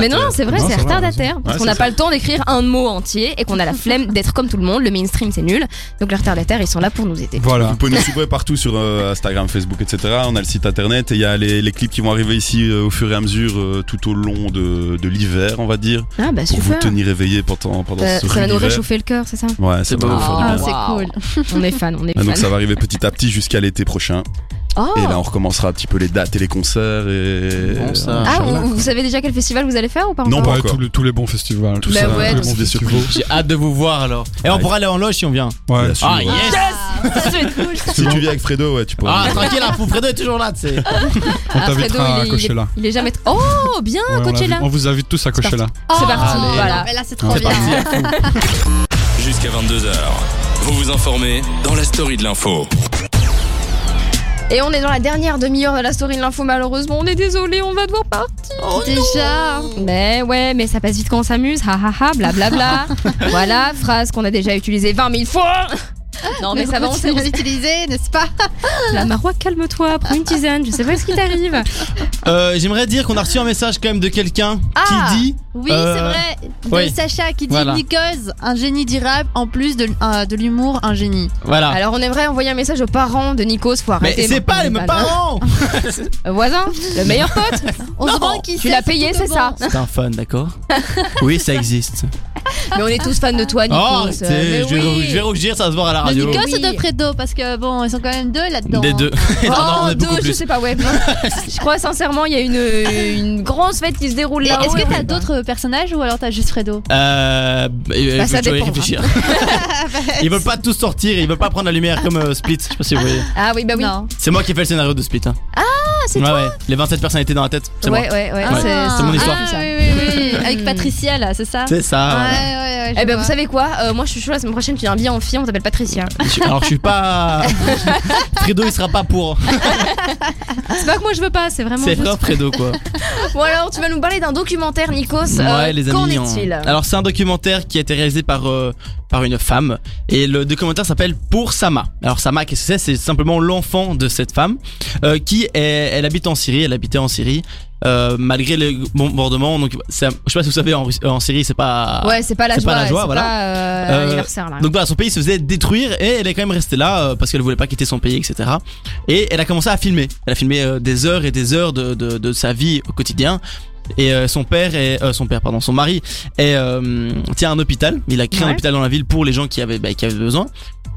Speaker 2: mais non, non, c'est vrai,
Speaker 6: Non,
Speaker 2: c'est
Speaker 6: ça va,
Speaker 2: retardataire. Parce
Speaker 5: Ouais,
Speaker 2: qu'on
Speaker 5: c'est
Speaker 2: n'a pas le temps d'écrire un mot entier et qu'on a la flemme d'être comme tout le monde. Le mainstream, c'est nul. Donc les retardataires, ils sont là pour nous aider.
Speaker 6: Voilà.
Speaker 5: Vous pouvez nous suivre partout sur euh, Instagram, Facebook, etc. On a le site internet et il y a les, les clips qui vont arriver ici euh, au fur et à mesure euh, tout au long de, de l'hiver, on va dire,
Speaker 2: Ah bah
Speaker 5: pour vous
Speaker 2: super.
Speaker 5: tenir éveillé pendant, pendant
Speaker 2: Euh,
Speaker 5: ce
Speaker 2: ça va nous
Speaker 5: hiver.
Speaker 2: réchauffer le cœur, c'est ça
Speaker 5: Ouais,
Speaker 4: C'est
Speaker 5: c'est bon.
Speaker 4: beau.
Speaker 5: Ah,
Speaker 3: Ah,
Speaker 2: Wow.
Speaker 3: c'est cool.
Speaker 2: On est fan, on est fan.
Speaker 5: donc ça va arriver petit à petit jusqu'à l'été prochain.
Speaker 2: Oh.
Speaker 5: Et là, on recommencera un petit peu les dates et les concerts et.
Speaker 4: Bon, ça.
Speaker 2: ah, vous, vous savez déjà quel festival vous allez faire ou pas
Speaker 5: Non,
Speaker 2: encore
Speaker 5: pas
Speaker 6: Ouais,
Speaker 5: encore.
Speaker 6: tous, les, tous les bons festivals.
Speaker 5: Tout
Speaker 2: Bah
Speaker 5: ça,
Speaker 2: ouais,
Speaker 5: tous les
Speaker 2: parce
Speaker 5: bons
Speaker 6: que c'est
Speaker 5: festivals.
Speaker 4: J'ai hâte de vous voir alors. Et on
Speaker 5: Ouais.
Speaker 4: pourra aller en loge si on vient.
Speaker 6: Ouais.
Speaker 5: Bien sûr,
Speaker 4: Ah
Speaker 5: ouais.
Speaker 4: yes
Speaker 5: Si tu viens avec Fredo, ouais, tu pourras.
Speaker 4: Ah tranquille, la fou Fredo est toujours là, tu sais.
Speaker 6: On
Speaker 2: Ah, Fredo,
Speaker 6: t'invitera à
Speaker 2: il est- il est-
Speaker 6: Coachella.
Speaker 2: il est jamais. Oh, bien,
Speaker 6: Ouais, on
Speaker 2: Coachella.
Speaker 6: l'invite- on vous invite tous à Coachella.
Speaker 3: Oh,
Speaker 2: C'est parti,
Speaker 4: allez.
Speaker 2: voilà.
Speaker 3: Mais ah, ben là, c'est trop
Speaker 6: C'est
Speaker 3: bien.
Speaker 1: Jusqu'à 22h. Vous vous informez dans la story de l'info.
Speaker 2: Et on est dans la dernière demi-heure de la story de l'info, malheureusement. On est désolé, on va devoir partir.
Speaker 4: Oh
Speaker 3: Déjà.
Speaker 2: Mais ouais, mais ça passe vite quand on s'amuse. Ha ha ha, blablabla. voilà, phrase qu'on a déjà utilisée 20 000 fois. Non, mais ça va, on s'est
Speaker 3: sait l'utiliser, n'est-ce pas
Speaker 2: La Marois, calme-toi, prends une tisane, je sais pas ce qui t'arrive.
Speaker 4: Euh, J'aimerais dire qu'on a reçu un message quand même de quelqu'un
Speaker 3: Ah.
Speaker 4: qui dit
Speaker 3: Oui,
Speaker 4: Euh,
Speaker 3: c'est vrai. De
Speaker 4: oui.
Speaker 3: Sacha qui dit
Speaker 4: Voilà.
Speaker 3: Nikos, un génie du rap, en plus de, euh, de l'humour, un génie.
Speaker 4: voilà.
Speaker 2: Alors, on aimerait envoyer un message aux parents de Nikos, faut
Speaker 4: Ah. mais
Speaker 2: arrêter. maintenant,
Speaker 4: c'est pas les
Speaker 2: on est là.
Speaker 4: mêmes parents
Speaker 2: Euh, Voisin, le meilleur pote.
Speaker 3: On se demande qui
Speaker 2: tu l'as payé, c'est ça.
Speaker 4: C'est un fan, d'accord Oui, ça existe.
Speaker 2: Mais on est tous fans de toi, Nikos.
Speaker 4: Oh,
Speaker 2: Euh,
Speaker 4: tu
Speaker 2: mais
Speaker 4: sais, je,
Speaker 2: oui.
Speaker 4: vais- je vais rougir, ça se voir à la
Speaker 3: Le
Speaker 4: radio.
Speaker 3: Nikos
Speaker 2: Oui.
Speaker 3: et de Fredo, parce que bon, ils sont quand même deux là-dedans. hein.
Speaker 4: Des deux. non, non, on
Speaker 2: oh,
Speaker 4: est beaucoup
Speaker 2: deux, je
Speaker 4: plus.
Speaker 2: sais pas, ouais. mais- je crois sincèrement, il y a une, une grosse fête qui se déroule
Speaker 3: Et
Speaker 2: là.
Speaker 3: Est-ce
Speaker 2: Ah Ouais,
Speaker 3: que
Speaker 2: ouais.
Speaker 3: t'as d'autres personnages ou alors t'as juste Fredo
Speaker 4: Euh, il
Speaker 2: Bah, ça
Speaker 4: faut y
Speaker 2: dépend, hein.
Speaker 4: réfléchir.
Speaker 2: Ah, bah
Speaker 4: ils veulent pas tous sortir, ils veulent pas prendre la lumière comme euh, Split. Je sais pas si vous voyez.
Speaker 2: Ah oui, bah oui.
Speaker 3: Non.
Speaker 4: C'est moi qui ai fait le scénario de Split. Hein.
Speaker 2: Ah, c'est
Speaker 4: ouais,
Speaker 2: toi.
Speaker 4: ouais. Les 27 personnalités dans la tête, c'est
Speaker 2: ouais,
Speaker 4: moi.
Speaker 2: ouais, ouais,
Speaker 4: Ouais, c'est mon histoire.
Speaker 3: Ah, oui, oui, oui. Avec Patricia là, c'est ça
Speaker 4: C'est ça.
Speaker 3: Ouais,
Speaker 4: voilà.
Speaker 3: ouais, ouais. je
Speaker 2: Eh ben,
Speaker 3: vois.
Speaker 2: vous savez quoi Euh, Moi, je suis chaud la semaine prochaine. Tu viens bien en fille, on t'appelle Patricia.
Speaker 4: Je suis- Alors je suis pas. Fredo il sera pas pour.
Speaker 2: Ah, C'est pas que moi je veux pas, c'est vraiment.
Speaker 4: C'est
Speaker 2: juste-
Speaker 4: frère Fredo quoi.
Speaker 2: Bon alors, tu vas nous parler d'un documentaire, Nikos. Euh,
Speaker 4: ouais les
Speaker 2: Qu'en
Speaker 4: amis.
Speaker 2: est-il
Speaker 4: on- Alors c'est un documentaire qui a été réalisé par euh, par une femme et le documentaire s'appelle Pour Sama. Alors Sama qu'est-ce que c'est C'est simplement l'enfant de cette femme euh, qui est, elle habite en Syrie, elle habitait en Syrie. euh, malgré les bombardements. Donc, c'est- je sais pas si vous savez, en, Russie- en Syrie, c'est pas.
Speaker 2: Ouais, c'est pas la
Speaker 4: ah, C'est
Speaker 2: joie,
Speaker 4: pas la
Speaker 2: c'est
Speaker 4: joie, voilà.
Speaker 2: pas euh,
Speaker 4: Euh,
Speaker 2: l'anniversaire là.
Speaker 4: Donc voilà, son pays se faisait détruire et elle est quand même restée là euh, parce qu'elle voulait pas quitter son pays, etc. Et elle a commencé à filmer. Elle a filmé euh, des heures et des heures de, de, de sa vie au quotidien. Et euh, son père et euh, son père pardon son mari est euh, tient un hôpital il a créé un
Speaker 2: Ouais.
Speaker 4: hôpital dans la ville pour les gens qui avaient bah, qui avaient besoin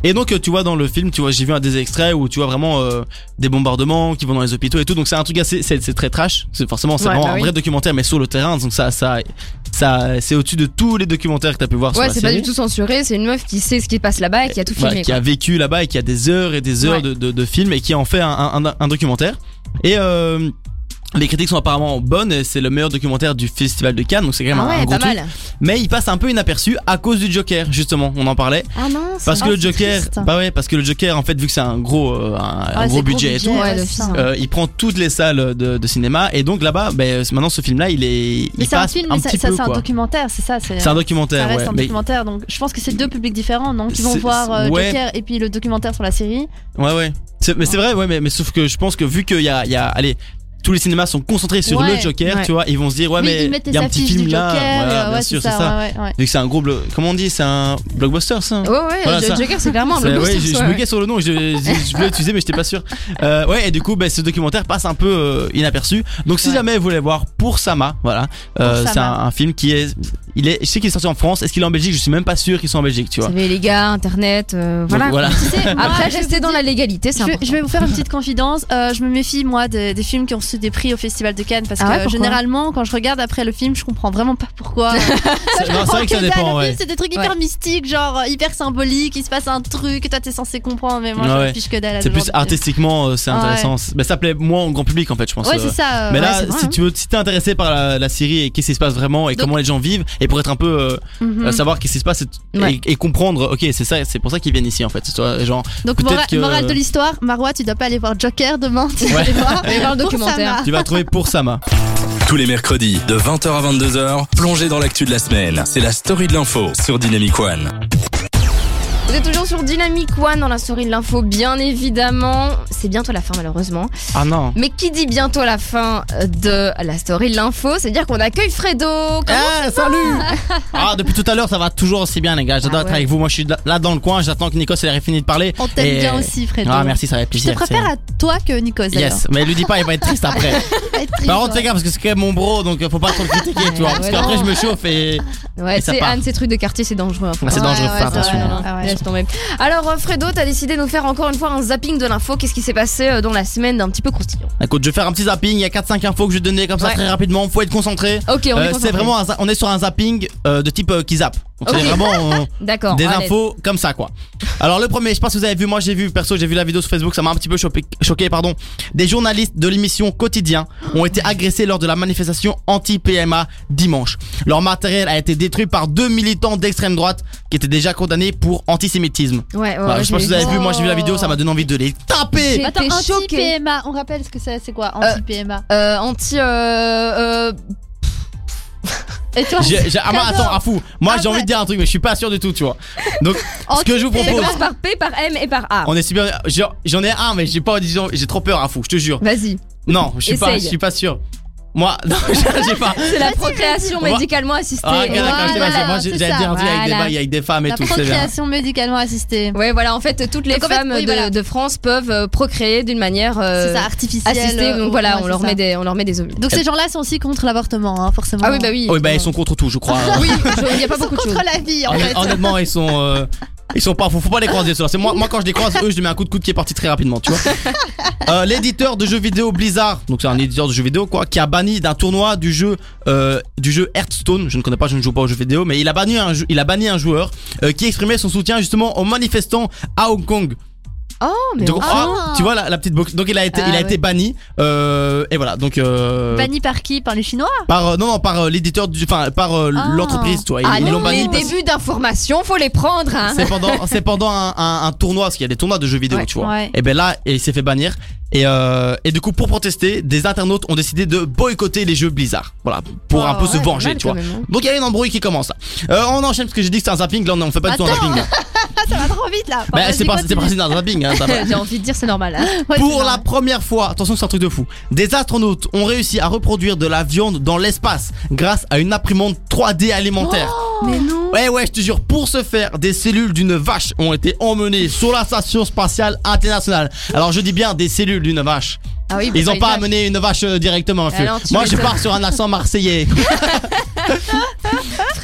Speaker 4: et donc euh, tu vois dans le film tu vois j'ai vu un des extraits où tu vois vraiment euh, des bombardements qui vont dans les hôpitaux et tout donc c'est un truc assez c'est c'est très trash c'est forcément c'est
Speaker 2: Ouais,
Speaker 4: vraiment
Speaker 2: bah
Speaker 4: un
Speaker 2: oui.
Speaker 4: vrai documentaire mais sur le terrain donc ça ça ça c'est au-dessus de tous les documentaires que t'as pu voir sur
Speaker 2: ouais,
Speaker 4: la
Speaker 2: c'est pas
Speaker 4: série.
Speaker 2: du tout censuré, c'est une meuf qui sait ce qui se passe là-bas et qui a tout
Speaker 4: Voilà,
Speaker 2: filmé.
Speaker 4: Bah, qui
Speaker 2: quoi.
Speaker 4: a vécu là-bas et qui a des heures et des heures
Speaker 2: Ouais.
Speaker 4: de, de, de films et qui en fait un, un, un- un documentaire. Et euh, les critiques sont apparemment bonnes, et c'est le meilleur documentaire du Festival de Cannes, donc c'est quand même
Speaker 2: Ah
Speaker 4: un- un
Speaker 2: ouais,
Speaker 4: gros
Speaker 2: pas
Speaker 4: truc.
Speaker 2: mal.
Speaker 4: Mais il passe un peu inaperçu à cause du Joker, justement, on en parlait.
Speaker 2: Ah non, c'est-
Speaker 4: Parce que
Speaker 3: Ah,
Speaker 4: le
Speaker 3: c'est
Speaker 4: Joker,
Speaker 3: triste.
Speaker 4: bah ouais, parce que le Joker, en fait, vu que c'est un gros, euh, un, un
Speaker 3: Ouais,
Speaker 4: gros
Speaker 3: c'est
Speaker 4: budget et tout,
Speaker 2: Ouais, de
Speaker 3: c'est
Speaker 2: fils,
Speaker 3: ça.
Speaker 2: hein.
Speaker 4: euh, il prend toutes les salles de, de cinéma et donc là-bas, ben, c'est- maintenant ce film-là, il est,
Speaker 3: Mais
Speaker 4: il
Speaker 3: c'est un
Speaker 4: passe
Speaker 3: film, mais ça,
Speaker 4: petit
Speaker 3: ça,
Speaker 4: peu
Speaker 3: c'est un
Speaker 4: quoi.
Speaker 3: documentaire, c'est ça. C'est
Speaker 4: C'est un
Speaker 3: ça
Speaker 4: documentaire,
Speaker 3: reste
Speaker 4: ouais.
Speaker 3: un
Speaker 4: mais-
Speaker 3: documentaire, donc je pense que c'est deux publics différents, donc ils vont
Speaker 4: C'est-
Speaker 3: voir euh,
Speaker 4: ouais.
Speaker 3: Joker et puis le documentaire sur la série.
Speaker 4: Ouais, ouais. C'est- mais c'est vrai, ouais, mais, mais sauf que je pense que vu qu'il y a, il y a- allez, tous les cinémas sont concentrés sur
Speaker 3: Ouais,
Speaker 4: le Joker,
Speaker 2: ouais.
Speaker 4: tu vois, ils vont se dire, ouais,
Speaker 3: oui,
Speaker 4: mais
Speaker 3: ils mettent
Speaker 4: il
Speaker 3: les
Speaker 4: y a un petit
Speaker 3: affiches
Speaker 4: film
Speaker 3: du
Speaker 4: là,
Speaker 3: Joker,
Speaker 4: voilà,
Speaker 3: euh,
Speaker 4: bien
Speaker 3: ouais,
Speaker 4: sûr,
Speaker 3: c'est ça. ouais, ouais, ouais.
Speaker 4: Vu que c'est un gros, blo- comment on dit, c'est un blockbuster, ça.
Speaker 2: Ouais, ouais,
Speaker 4: Voilà,
Speaker 2: le
Speaker 4: ça.
Speaker 2: Joker, c'est clairement un
Speaker 4: C'est- ouais,
Speaker 2: blockbuster.
Speaker 4: je, je
Speaker 2: ouais.
Speaker 4: buguais sur le nom, je, je, je voulais l'utiliser mais j'étais pas sûr. Euh, ouais, et du coup, ben, ce documentaire passe un peu euh, inaperçu. Donc, si
Speaker 3: Ouais.
Speaker 4: jamais vous voulez voir Pour Sama, voilà, euh,
Speaker 3: Pour
Speaker 4: c'est un,
Speaker 3: Sama.
Speaker 4: un film qui est, il est, je sais qu'il est sorti en France. Est-ce qu'il est en Belgique Je suis même pas sûr qu'il soit en Belgique, tu
Speaker 2: Vous
Speaker 4: vois.
Speaker 2: savez, les gars, internet, euh,
Speaker 4: Donc,
Speaker 2: voilà.
Speaker 4: voilà.
Speaker 3: Tu sais, moi,
Speaker 2: Après,
Speaker 3: Ah, je vais
Speaker 2: rester
Speaker 3: vous
Speaker 2: dans
Speaker 3: dire-
Speaker 2: la légalité, c'est
Speaker 3: je, vais-
Speaker 2: important.
Speaker 3: je vais vous faire une petite confidence. Euh, je me méfie moi des, des films qui ont reçu des prix au Festival de Cannes parce
Speaker 2: Ah ouais,
Speaker 3: que
Speaker 2: pourquoi
Speaker 3: généralement quand je regarde après le film, je comprends vraiment pas pourquoi. Je
Speaker 4: C'est non, c'est
Speaker 3: comprends
Speaker 4: vrai que ça
Speaker 3: dalle.
Speaker 4: dépend,
Speaker 3: Le
Speaker 4: ouais.
Speaker 3: film, c'est des trucs hyper
Speaker 2: Ouais.
Speaker 3: mystiques, genre euh, hyper symboliques, il se passe un truc, et toi t'es censé comprendre, mais moi
Speaker 4: Ouais,
Speaker 3: je
Speaker 4: ouais.
Speaker 3: me fiche que dalle. à ce
Speaker 4: C'est
Speaker 3: genre
Speaker 4: plus
Speaker 3: de film.
Speaker 4: artistiquement, euh, c'est
Speaker 3: Ah ouais.
Speaker 4: intéressant. Mais ça plaît moins au grand public en fait, je pense.
Speaker 3: Ouais,
Speaker 4: euh,
Speaker 3: c'est ça. euh,
Speaker 4: Mais
Speaker 3: ouais.
Speaker 4: là,
Speaker 2: c'est vrai,
Speaker 4: si
Speaker 2: hein.
Speaker 4: tu veux, si t'es intéressé par la, la série et qu'est-ce qui se passe vraiment et
Speaker 3: Donc-
Speaker 4: comment les gens vivent, et pour être un peu euh,
Speaker 3: Mhm.
Speaker 4: euh, savoir qu'est-ce qui se passe et,
Speaker 2: Ouais.
Speaker 4: et- et comprendre, ok, c'est ça, c'est pour ça qu'ils viennent ici en fait. Tu vois, Genre,
Speaker 3: Donc
Speaker 4: peut-être
Speaker 3: mora-
Speaker 4: que-
Speaker 3: morale de l'histoire, Marois, tu dois pas aller voir Joker demain, tu dois aller voir,
Speaker 2: Aller voir le
Speaker 3: Pour
Speaker 2: documentaire.
Speaker 3: Sama.
Speaker 4: tu vas trouver pour Sama.
Speaker 1: Tous les mercredis de 20h à 22h, plongez dans l'actu de la semaine. C'est la story de l'info sur Dynamic One.
Speaker 2: Vous êtes toujours sur Dynamic One dans la story de l'info, bien évidemment. C'est bientôt la fin, malheureusement.
Speaker 4: Ah non.
Speaker 2: Mais qui dit bientôt la fin euh, de la story de l'info, c'est dire qu'on accueille Fredo. Comment-
Speaker 4: Eh, salut Ah, depuis tout à l'heure, ça va toujours aussi bien, les gars. J'adore
Speaker 2: Ah
Speaker 4: être
Speaker 2: ouais.
Speaker 4: avec vous. Moi, je suis là- là dans le coin. J'attends que Nikos elle ait fini de parler.
Speaker 3: On t'aime
Speaker 4: Et-
Speaker 3: bien aussi, Fredo.
Speaker 4: Ah, merci, ça va être
Speaker 3: Je te
Speaker 4: plaisir.
Speaker 3: préfère à toi que Nico
Speaker 4: c'est- Yes, Bah, mais lui dis pas, il va être triste après. Par contre, les gars, parce que c'est quand même mon bro, donc euh, faut pas trop le critiquer, tu vois.
Speaker 2: Ouais,
Speaker 4: Parce
Speaker 2: ouais,
Speaker 4: qu'après,
Speaker 2: non.
Speaker 4: je me chauffe et.
Speaker 2: Ouais,
Speaker 4: Et ça
Speaker 2: c'est
Speaker 4: part.
Speaker 2: Anne, ces trucs de quartier, c'est dangereux. hein, faut
Speaker 4: Ah, c'est
Speaker 2: pas-
Speaker 4: dangereux, faut faire
Speaker 2: c'est
Speaker 4: attention.
Speaker 2: vrai, hein.
Speaker 3: Ah ouais.
Speaker 2: Laisse tomber. Alors, euh, Fredo, t'as décidé de nous faire encore une fois un zapping de l'info. Qu'est-ce qui s'est passé euh, dans la semaine d'un petit peu croustillant
Speaker 4: Écoute, je vais faire un petit zapping. Il y a 4-5 infos que je vais donner comme ça
Speaker 2: Ouais.
Speaker 4: très rapidement. Faut être concentré.
Speaker 2: Ok, on
Speaker 4: Euh,
Speaker 2: est
Speaker 4: c'est
Speaker 2: concentré.
Speaker 4: vraiment un za- on est sur un zapping euh, de type euh, qui zappe. Donc,
Speaker 2: Ok.
Speaker 4: C'est vraiment euh,
Speaker 2: D'accord.
Speaker 4: des
Speaker 2: allez.
Speaker 4: infos comme ça quoi. Alors le premier, je pense que vous avez vu, moi j'ai vu perso, j'ai vu la vidéo sur Facebook, ça m'a un petit peu choqué, choqué pardon. Des journalistes de l'émission Quotidien ont été agressés lors de la manifestation anti-PMA dimanche. Leur matériel a été détruit par deux militants d'extrême droite qui étaient déjà condamnés pour antisémitisme.
Speaker 2: Ouais, ouais,
Speaker 4: Voilà,
Speaker 2: ouais,
Speaker 4: Bah, je pense que vous avez
Speaker 3: vu.
Speaker 4: vu, moi j'ai vu la vidéo, ça m'a donné envie de les taper.
Speaker 2: J'ai
Speaker 3: Attends,
Speaker 2: été choquée.
Speaker 3: anti-PMA, on rappelle ce que c'est, c'est quoi anti-PMA
Speaker 2: Euh, anti. euh, euh,
Speaker 3: Et toi
Speaker 4: J'ai- j'ai- ah, moi, attends, à fou. Moi j'ai
Speaker 3: Ah ouais.
Speaker 4: envie de dire un truc, mais je suis pas sûr du tout, tu vois. Donc ce que je vous
Speaker 2: ça
Speaker 4: propose,
Speaker 2: commence par P, par M et par A.
Speaker 4: On est super. j'en- J'en ai un, mais j'ai pas disons, j'ai trop peur à fou. Je te jure.
Speaker 2: Vas-y.
Speaker 4: Non, je suis pas,
Speaker 2: Essaye.
Speaker 4: je suis pas sûr. Moi, non, j'ai pas.
Speaker 2: C'est la procréation
Speaker 4: vas-y.
Speaker 2: médicalement assistée.
Speaker 4: Ah, ok, d'accord, je sais pas,
Speaker 3: voilà,
Speaker 4: c'est- moi, j'ai-
Speaker 3: c'est
Speaker 4: j'allais
Speaker 3: ça,
Speaker 4: dire un truc avec des
Speaker 2: voilà.
Speaker 4: bails, avec des femmes et
Speaker 3: La
Speaker 4: tout. C'est bien.
Speaker 3: procréation médicalement assistée.
Speaker 2: Ouais, voilà, en fait, toutes les
Speaker 3: Donc, en fait,
Speaker 2: femmes de,
Speaker 3: oui, voilà.
Speaker 2: de France peuvent euh, procréer d'une manière euh,
Speaker 3: c'est ça, artificielle.
Speaker 2: assistée.
Speaker 3: euh,
Speaker 2: Donc voilà,
Speaker 3: ouais,
Speaker 2: on
Speaker 3: c'est
Speaker 2: leur,
Speaker 3: ça.
Speaker 2: met des, on leur met des ovules.
Speaker 3: Donc ces gens-là sont aussi contre l'avortement, hein, forcément.
Speaker 2: Ah oui, bah oui.
Speaker 4: Oui, bah ils sont contre tout, je crois.
Speaker 2: Oui, je- il n'y a pas
Speaker 3: Ils sont
Speaker 2: beaucoup de choses.
Speaker 3: contre la vie, en
Speaker 4: Honnêt-
Speaker 3: fait.
Speaker 4: Honnêtement, ils sont. euh, Ils sont pas, faut, faut pas les croiser, ceux-là. C'est moi, moi quand je les croise, eux, je les mets un coup de coude qui est parti très rapidement, tu vois. Euh, L'éditeur de jeux vidéo Blizzard, donc c'est un éditeur de jeux vidéo quoi, qui a banni d'un tournoi du jeu, euh, du jeu Hearthstone. Je ne connais pas, je ne joue pas aux jeux vidéo, mais il a banni un, jou- il a banni un joueur euh, qui exprimait son soutien justement aux manifestants à Hong Kong.
Speaker 2: Oh, mais
Speaker 4: Donc,
Speaker 2: on-
Speaker 3: Ah.
Speaker 4: ah, tu vois la, la petite box. Donc il a été,
Speaker 2: Ah,
Speaker 4: il a
Speaker 2: ouais.
Speaker 4: été banni. euh, et voilà, donc euh,
Speaker 3: Banni par qui Par les Chinois
Speaker 4: par euh, non non par euh, l'éditeur du, enfin par euh,
Speaker 3: Ah.
Speaker 4: l'entreprise, tu vois. Ils
Speaker 2: Ah
Speaker 4: ils
Speaker 2: non,
Speaker 4: l'ont banni
Speaker 2: les
Speaker 4: parce-
Speaker 2: débuts d'informations, faut les prendre. Hein.
Speaker 4: c'est pendant, c'est pendant un, un- un tournoi, parce qu'il y a des tournois de jeux vidéo,
Speaker 2: Ouais,
Speaker 4: tu vois.
Speaker 3: Ah. ouais.
Speaker 4: Et ben là, il s'est fait bannir. Et, euh, et du coup, pour protester, des internautes ont décidé de boycotter les jeux Blizzard. Voilà, pour
Speaker 3: Ah
Speaker 4: un peu
Speaker 2: Ah,
Speaker 4: se
Speaker 2: hein.
Speaker 4: venger, tu vois. Donc il y a une embrouille qui commence. là. Euh, on enchaîne parce que j'ai dit que c'est un zapping, là on on fait pas du tout un
Speaker 3: Attends.
Speaker 4: zapping. là.
Speaker 3: Ah, ça va trop vite là. Enfin,
Speaker 4: Bah,
Speaker 3: vas-y,
Speaker 4: c'est pas, c'est
Speaker 3: continue.
Speaker 4: pas un zapping, hein, ça va.
Speaker 2: J'ai envie de dire, c'est normal. hein.
Speaker 3: Ouais,
Speaker 4: Pour
Speaker 3: c'est
Speaker 4: la
Speaker 3: normal.
Speaker 4: première fois, attention c'est un truc de fou, des astronautes ont réussi à reproduire de la viande dans l'espace grâce à une imprimante 3D
Speaker 3: Oh
Speaker 4: alimentaire.
Speaker 2: Mais non.
Speaker 4: Eh ouais ouais je te jure, pour ce faire, des cellules d'une vache ont été emmenées sur la station spatiale internationale. Alors je dis bien des cellules d'une vache.
Speaker 2: Ah oui,
Speaker 4: Ils ont
Speaker 2: une
Speaker 4: pas
Speaker 2: vache.
Speaker 4: amené une vache euh, directement, monsieur.
Speaker 2: Ah non, tu
Speaker 4: Moi, je
Speaker 2: m'étonnes.
Speaker 4: pars sur un accent marseillais.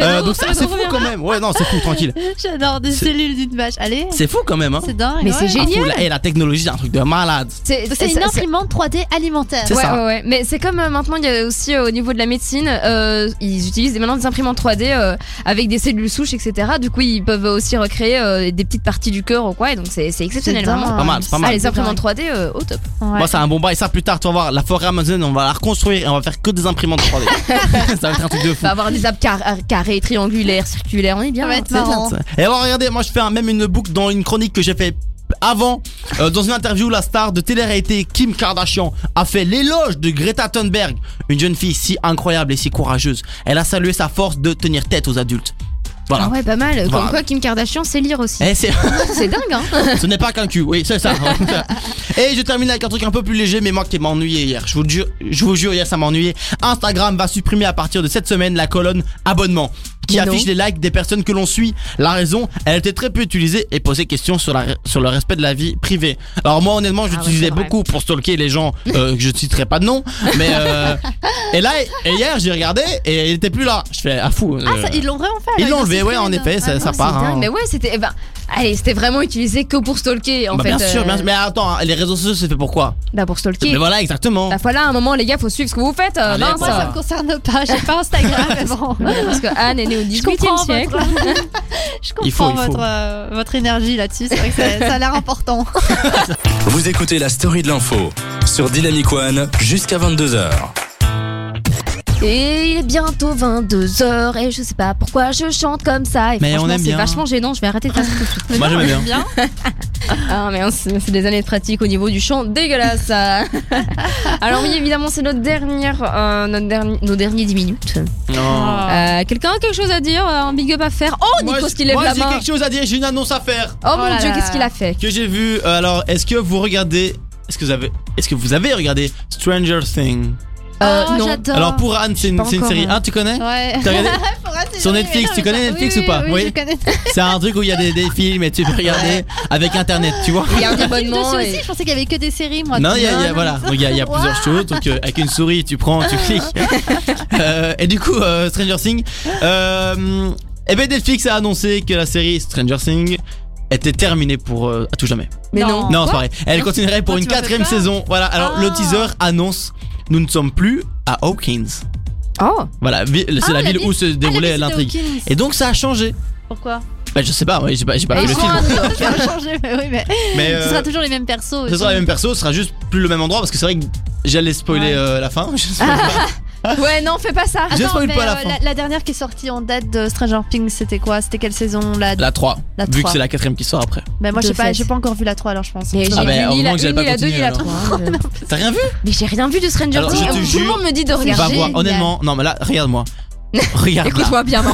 Speaker 4: Euh, donc ça, c'est fou quand même. Ouais, non, c'est fou, tranquille.
Speaker 3: J'adore des
Speaker 4: C'est-
Speaker 3: cellules d'une vache. Allez,
Speaker 4: C'est fou quand même, hein.
Speaker 3: c'est dingue.
Speaker 2: Mais c'est
Speaker 3: ouais. Ah,
Speaker 2: génial.
Speaker 4: Fou, la, et la technologie, c'est un truc de malade.
Speaker 2: C'est
Speaker 3: C'est une imprimante 3D alimentaire.
Speaker 4: C'est
Speaker 2: ouais,
Speaker 4: ça.
Speaker 2: ouais, ouais. Mais c'est comme euh, maintenant, il y a aussi euh, au niveau de la médecine, euh, ils utilisent des- maintenant des imprimantes 3D euh, avec des cellules souches, etc. Du coup, ils peuvent aussi recréer euh, des petites parties du cœur ou quoi. Et donc, c'est c'est exceptionnel,
Speaker 3: C'est dingue.
Speaker 2: vraiment.
Speaker 4: Pas mal, c'est pas
Speaker 2: Ah,
Speaker 4: mal.
Speaker 2: les imprimantes 3D euh, au top.
Speaker 3: Ouais.
Speaker 4: Moi, c'est un bon bail. Ça, plus tard, tu vas voir, la forêt amazonienne, on va la reconstruire et on va faire que des imprimantes 3D. ça va être un truc de fou.
Speaker 2: Faut avoir des arbres car- carrés, triangulaires, circulaires. On est bien.
Speaker 3: Ça va
Speaker 2: hein.
Speaker 3: être marrant.
Speaker 4: Et alors, regardez, moi, je fais un- même une boucle dans une chronique que j'ai fait avant. Euh, dans une interview, la star de télé-réalité Kim Kardashian a fait l'éloge de Greta Thunberg, une jeune fille si incroyable et si courageuse. Elle a salué sa force de tenir tête aux adultes. Voilà.
Speaker 2: Ah ouais, pas mal. Comme
Speaker 4: Voilà.
Speaker 2: quoi, Kim Kardashian sait lire aussi.
Speaker 4: Eh, c'est-
Speaker 2: C'est dingue, hein.
Speaker 4: ce n'est pas qu'un cul, oui, c'est ça. Et je termine avec un truc un peu plus léger, mais moi qui m'ennuyé hier. Je vous le jure, je vous jure, hier ça m'a ennuyé. Instagram va supprimer à partir de cette semaine la colonne abonnement qui
Speaker 2: Mais non.
Speaker 4: affiche les likes des personnes que l'on suit. La raison, elle était très peu utilisée et posait question sur, la, sur le respect de la vie privée. Alors moi honnêtement,
Speaker 2: Ah
Speaker 4: je
Speaker 2: ouais,
Speaker 4: l'utilisais
Speaker 2: c'est vrai.
Speaker 4: beaucoup pour stalker les gens euh, que je ne citerai pas de nom, mais euh, et là et hier j'ai regardé et il était plus là. Je fais à fou.
Speaker 3: Ah,
Speaker 4: euh,
Speaker 3: ça, ils l'ont réenfait.
Speaker 4: ils
Speaker 3: alors,
Speaker 4: l'ont enlevé, ouais, en
Speaker 3: supprimé,
Speaker 4: effet,
Speaker 3: non.
Speaker 4: ça,
Speaker 3: Ah,
Speaker 4: ça
Speaker 3: non,
Speaker 4: part.
Speaker 2: C'est
Speaker 4: hein.
Speaker 2: dingue. Mais ouais, c'était. eh ben, allez, c'était vraiment utilisé que pour stalker, en
Speaker 4: Bah,
Speaker 2: fait.
Speaker 4: bien sûr,
Speaker 2: euh,
Speaker 4: bien sûr. Mais attends, hein, les réseaux sociaux, c'est fait pour quoi
Speaker 2: Bah, pour stalker.
Speaker 4: Mais voilà, exactement.
Speaker 2: La fois là, à un moment, les gars, faut suivre ce que vous faites. euh,
Speaker 4: Allez,
Speaker 2: mince.
Speaker 3: Moi, ça me concerne pas. J'ai pas Instagram, mais bon.
Speaker 2: Parce que Anne est née au
Speaker 3: Je
Speaker 2: 18e
Speaker 3: comprends
Speaker 2: siècle.
Speaker 3: votre, je comprends
Speaker 4: Il faut, il faut.
Speaker 3: votre, euh, votre énergie là-dessus. C'est vrai que ça, ça a l'air important.
Speaker 1: Vous écoutez la story de l'info sur Dynamic One jusqu'à 22h.
Speaker 2: Et il est bientôt 22h et je sais pas pourquoi je chante comme ça. Et
Speaker 4: Mais
Speaker 2: franchement,
Speaker 4: on aime
Speaker 2: c'est
Speaker 4: bien.
Speaker 2: vachement gênant, je vais arrêter de faire ça.
Speaker 4: Moi j'aimais bien.
Speaker 2: Ah, mais on- c'est c'est des années de pratique au niveau du chant dégueulasse. ça. Alors oui, évidemment, c'est notre dernière, euh, notre dernier, nos derniers 10 minutes.
Speaker 4: Ah.
Speaker 2: Euh, Quelqu'un a quelque chose à dire euh, Un big up à faire Oh,
Speaker 4: Moi,
Speaker 2: Nico,
Speaker 4: j-
Speaker 2: qui lève
Speaker 4: moi,
Speaker 2: la
Speaker 4: j'ai
Speaker 2: main.
Speaker 4: quelque chose à dire, j'ai une annonce à faire
Speaker 2: Oh,
Speaker 3: Oh
Speaker 2: mon
Speaker 3: là
Speaker 2: dieu,
Speaker 3: là.
Speaker 2: qu'est-ce qu'il a fait
Speaker 4: que j'ai vu. Euh, Alors, est-ce que vous regardez est-ce que vous avez est-ce que vous avez regardé Stranger Things
Speaker 2: Euh,
Speaker 3: Oh,
Speaker 2: non.
Speaker 3: j'adore.
Speaker 4: Alors pour Anne, c'est une,
Speaker 2: pas
Speaker 4: c'est une
Speaker 2: encore,
Speaker 4: série.
Speaker 2: euh,
Speaker 4: Ah, tu connais
Speaker 3: Ouais.
Speaker 4: T'as regardé
Speaker 3: Pour elle, c'est
Speaker 4: Sur
Speaker 3: joli, mais
Speaker 4: Netflix, tu
Speaker 3: non, mais
Speaker 4: connais
Speaker 3: ça-
Speaker 4: Netflix
Speaker 3: oui,
Speaker 4: ou pas
Speaker 3: Oui,
Speaker 4: Oui.
Speaker 3: oui, je connais.
Speaker 4: C'est un truc où il y a des, des films et tu peux regarder avec internet, tu vois.
Speaker 2: Il y a un
Speaker 3: Film dessus
Speaker 2: abonnement.
Speaker 3: aussi,
Speaker 2: et-
Speaker 3: je pensais qu'il y avait que des séries, moi.
Speaker 4: Non, il y a, il y a-
Speaker 3: Non,
Speaker 4: voilà, donc il y a, il y a plusieurs choses. Donc euh, avec une souris, tu prends,
Speaker 2: Ah.
Speaker 4: tu cliques. Euh, et du coup, euh, Stranger Things. Euh, et ben Netflix a annoncé que la série Stranger Things était terminée pour euh, à tout jamais.
Speaker 2: Mais non.
Speaker 3: Non.
Speaker 4: Non, c'est
Speaker 3: Quoi
Speaker 4: pareil. Elle continuerait pour
Speaker 3: Ah,
Speaker 4: une
Speaker 3: tu m'as fait
Speaker 4: quatrième
Speaker 3: peur.
Speaker 4: saison. Voilà. Alors
Speaker 3: Ah.
Speaker 4: le teaser annonce nous ne sommes plus à Hawkins.
Speaker 2: Oh,
Speaker 4: Voilà, vi- c'est
Speaker 3: Ah,
Speaker 4: la,
Speaker 3: la
Speaker 4: ville
Speaker 3: ville-
Speaker 4: où se
Speaker 3: Ah, la
Speaker 4: déroulait
Speaker 3: visite
Speaker 4: l'intrigue.
Speaker 3: Hawkins.
Speaker 4: Et donc ça a changé.
Speaker 3: Pourquoi
Speaker 4: Bah je sais pas, ouais, j'ai pas, j'ai pas
Speaker 2: Et
Speaker 4: vu le
Speaker 2: ils sont
Speaker 4: film.
Speaker 2: à New York.
Speaker 3: Ça a changé, mais oui, mais.
Speaker 4: Mais
Speaker 3: Ce
Speaker 4: euh,
Speaker 3: sera toujours les mêmes persos.
Speaker 4: ce sera le même perso, ce sera juste plus le même endroit parce que c'est vrai que j'allais spoiler
Speaker 3: Ouais. Ah,
Speaker 4: euh, la fin. Je spoil pas.
Speaker 2: Oh. Ouais, non, fais pas ça.
Speaker 4: Je spoil
Speaker 3: mais,
Speaker 4: pas la
Speaker 3: euh,
Speaker 4: fin.
Speaker 3: La, dernière qui est sortie en date de Stranger Things, c'était quoi C'était quelle saison la...
Speaker 4: La 3,
Speaker 3: La
Speaker 4: vu que
Speaker 3: 3.
Speaker 4: c'est la quatrième qui sort après.
Speaker 3: Bah, moi,
Speaker 2: De
Speaker 3: j'ai pas,
Speaker 2: fait.
Speaker 3: j'ai pas encore vu la 3, alors je pense.
Speaker 2: Mais j'ai
Speaker 4: Ah bah,
Speaker 2: vu ni
Speaker 4: heureusement
Speaker 2: la
Speaker 4: que j'avais
Speaker 2: 1,
Speaker 4: pas
Speaker 2: ni la 2, ni
Speaker 4: continué,
Speaker 2: la
Speaker 4: alors.
Speaker 2: 3.
Speaker 4: T'as rien vu
Speaker 2: Mais j'ai rien vu de Stranger
Speaker 4: Alors,
Speaker 2: Things.
Speaker 4: je te
Speaker 2: Tout le
Speaker 4: jure,
Speaker 2: monde me dit de
Speaker 3: Regarde.
Speaker 4: Va
Speaker 2: regarder.
Speaker 4: voir,
Speaker 3: Génial.
Speaker 4: honnêtement. Non, mais là, regarde-moi. regarde
Speaker 2: Écoute-moi bien. non.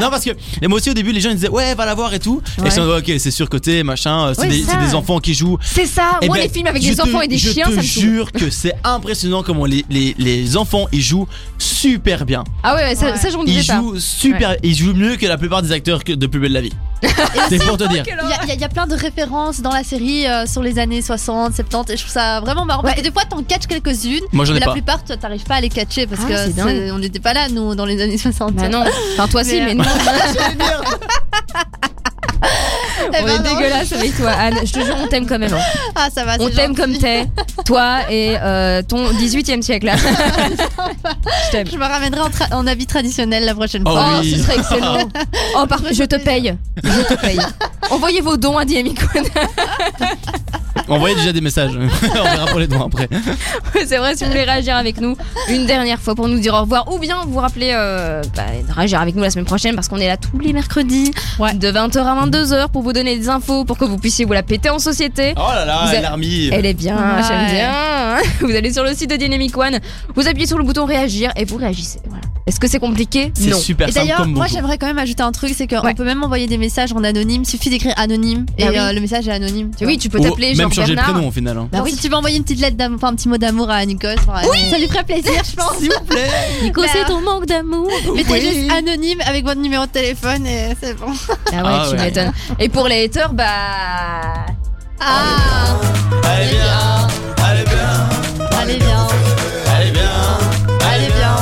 Speaker 4: Non, parce que et moi aussi au début, les gens ils disaient ouais, va la voir et tout.
Speaker 2: Ouais.
Speaker 4: Et si on ok, c'est surcoté, machin, euh, c'est
Speaker 2: Ouais,
Speaker 4: des,
Speaker 2: ça.
Speaker 4: c'est des enfants qui jouent.
Speaker 2: C'est ça.
Speaker 4: Eh
Speaker 2: Moi,
Speaker 4: ben,
Speaker 2: les films avec
Speaker 4: je
Speaker 2: des
Speaker 4: te-
Speaker 2: enfants et des
Speaker 4: je
Speaker 2: chiens,
Speaker 4: te
Speaker 2: ça me saoule.
Speaker 4: jure que c'est impressionnant comment les, les, les enfants ils jouent super bien.
Speaker 2: Ah ouais, ouais, ça,
Speaker 3: Ouais.
Speaker 2: ça j'en disais
Speaker 4: Ils
Speaker 2: ça.
Speaker 4: jouent super, ils jouent mieux que la plupart des acteurs que de Plus belle la vie. c'est pour te dire.
Speaker 3: Il y, a, il y a- il y a plein de références dans la série euh, sur les années 60, 70, et je trouve ça vraiment marrant.
Speaker 2: Ouais.
Speaker 3: Et des fois, t'en catches quelques-unes,
Speaker 4: Moi j'en
Speaker 3: mais
Speaker 4: ai
Speaker 3: la
Speaker 4: pas.
Speaker 3: plupart, toi, t'arrives pas à les catcher parce
Speaker 2: Ah,
Speaker 3: que
Speaker 2: c'est dingue.
Speaker 3: c'est- on n'était pas là, nous, dans les années 60.
Speaker 2: Bah non, enfin toi si, mais
Speaker 3: Mais, euh,
Speaker 2: non,
Speaker 3: Eh
Speaker 2: on est
Speaker 3: ben, non.
Speaker 2: dégueulasse avec toi, Anne. Je te jure, on t'aime quand même. hein.
Speaker 3: Ah, ça va,
Speaker 2: On
Speaker 3: c'est
Speaker 2: t'aime
Speaker 3: gentil.
Speaker 2: comme t'es, toi et euh, ton 18e siècle là. je t'aime.
Speaker 3: Je me ramènerai en, tra- en habit traditionnel la prochaine
Speaker 4: Oh,
Speaker 3: fois.
Speaker 2: Oh,
Speaker 4: oui.
Speaker 2: ce serait excellent. Oh, par je te paye. Je te paye. Envoyez vos dons à Diamicon.
Speaker 4: Envoyez déjà des messages. on verra pour les dons après.
Speaker 2: C'est vrai, si vous voulez réagir avec nous une dernière fois pour nous dire au revoir, ou bien vous rappeler euh, bah, de réagir avec nous la semaine prochaine parce qu'on est là tous les mercredis
Speaker 3: Ouais.
Speaker 2: de 20h à 22h pour vous donner des infos, pour que vous puissiez vous la péter en société.
Speaker 4: Oh là là,
Speaker 2: Vous avez- Eh,
Speaker 4: elle a remis.
Speaker 2: Elle est bien, hein.
Speaker 3: Ouais.
Speaker 2: j'aime bien. Vous allez sur le site de Dynamic One, vous appuyez sur le bouton réagir et vous réagissez. Voilà. Est-ce que c'est compliqué
Speaker 4: C'est
Speaker 2: Non.
Speaker 4: super
Speaker 3: Et
Speaker 4: simple
Speaker 3: d'ailleurs,
Speaker 4: comme
Speaker 3: moi
Speaker 4: bonjour.
Speaker 3: j'aimerais quand même ajouter un truc, c'est qu'on
Speaker 2: Ouais.
Speaker 3: peut même envoyer des messages en anonyme. Suffit d'écrire anonyme et
Speaker 2: Bah oui.
Speaker 3: euh, le message est anonyme. Tu
Speaker 2: Oui, tu peux
Speaker 4: Ou
Speaker 2: t'appeler
Speaker 4: Même
Speaker 2: Jean
Speaker 4: changer le
Speaker 2: Bernard.
Speaker 4: prénom au final. hein.
Speaker 3: vois.
Speaker 2: Bah
Speaker 3: Donc,
Speaker 2: oui.
Speaker 3: Si tu veux envoyer une petite lettre, d'am- enfin un petit mot d'amour à Nikos, enfin, ça lui ferait plaisir, je pense.
Speaker 4: S'il vous plaît.
Speaker 2: Nico, c'est ton manque d'amour.
Speaker 3: Mettez
Speaker 4: Oui.
Speaker 3: juste anonyme avec votre numéro de téléphone et c'est bon.
Speaker 2: Ah ouais,
Speaker 4: Ah
Speaker 2: tu
Speaker 4: ouais.
Speaker 2: m'étonnes. Et pour les haters, bah.
Speaker 3: Ah,
Speaker 4: Allez bien, allez bien,
Speaker 2: Eh
Speaker 3: allez bien,
Speaker 4: allez bien,
Speaker 3: allez bien.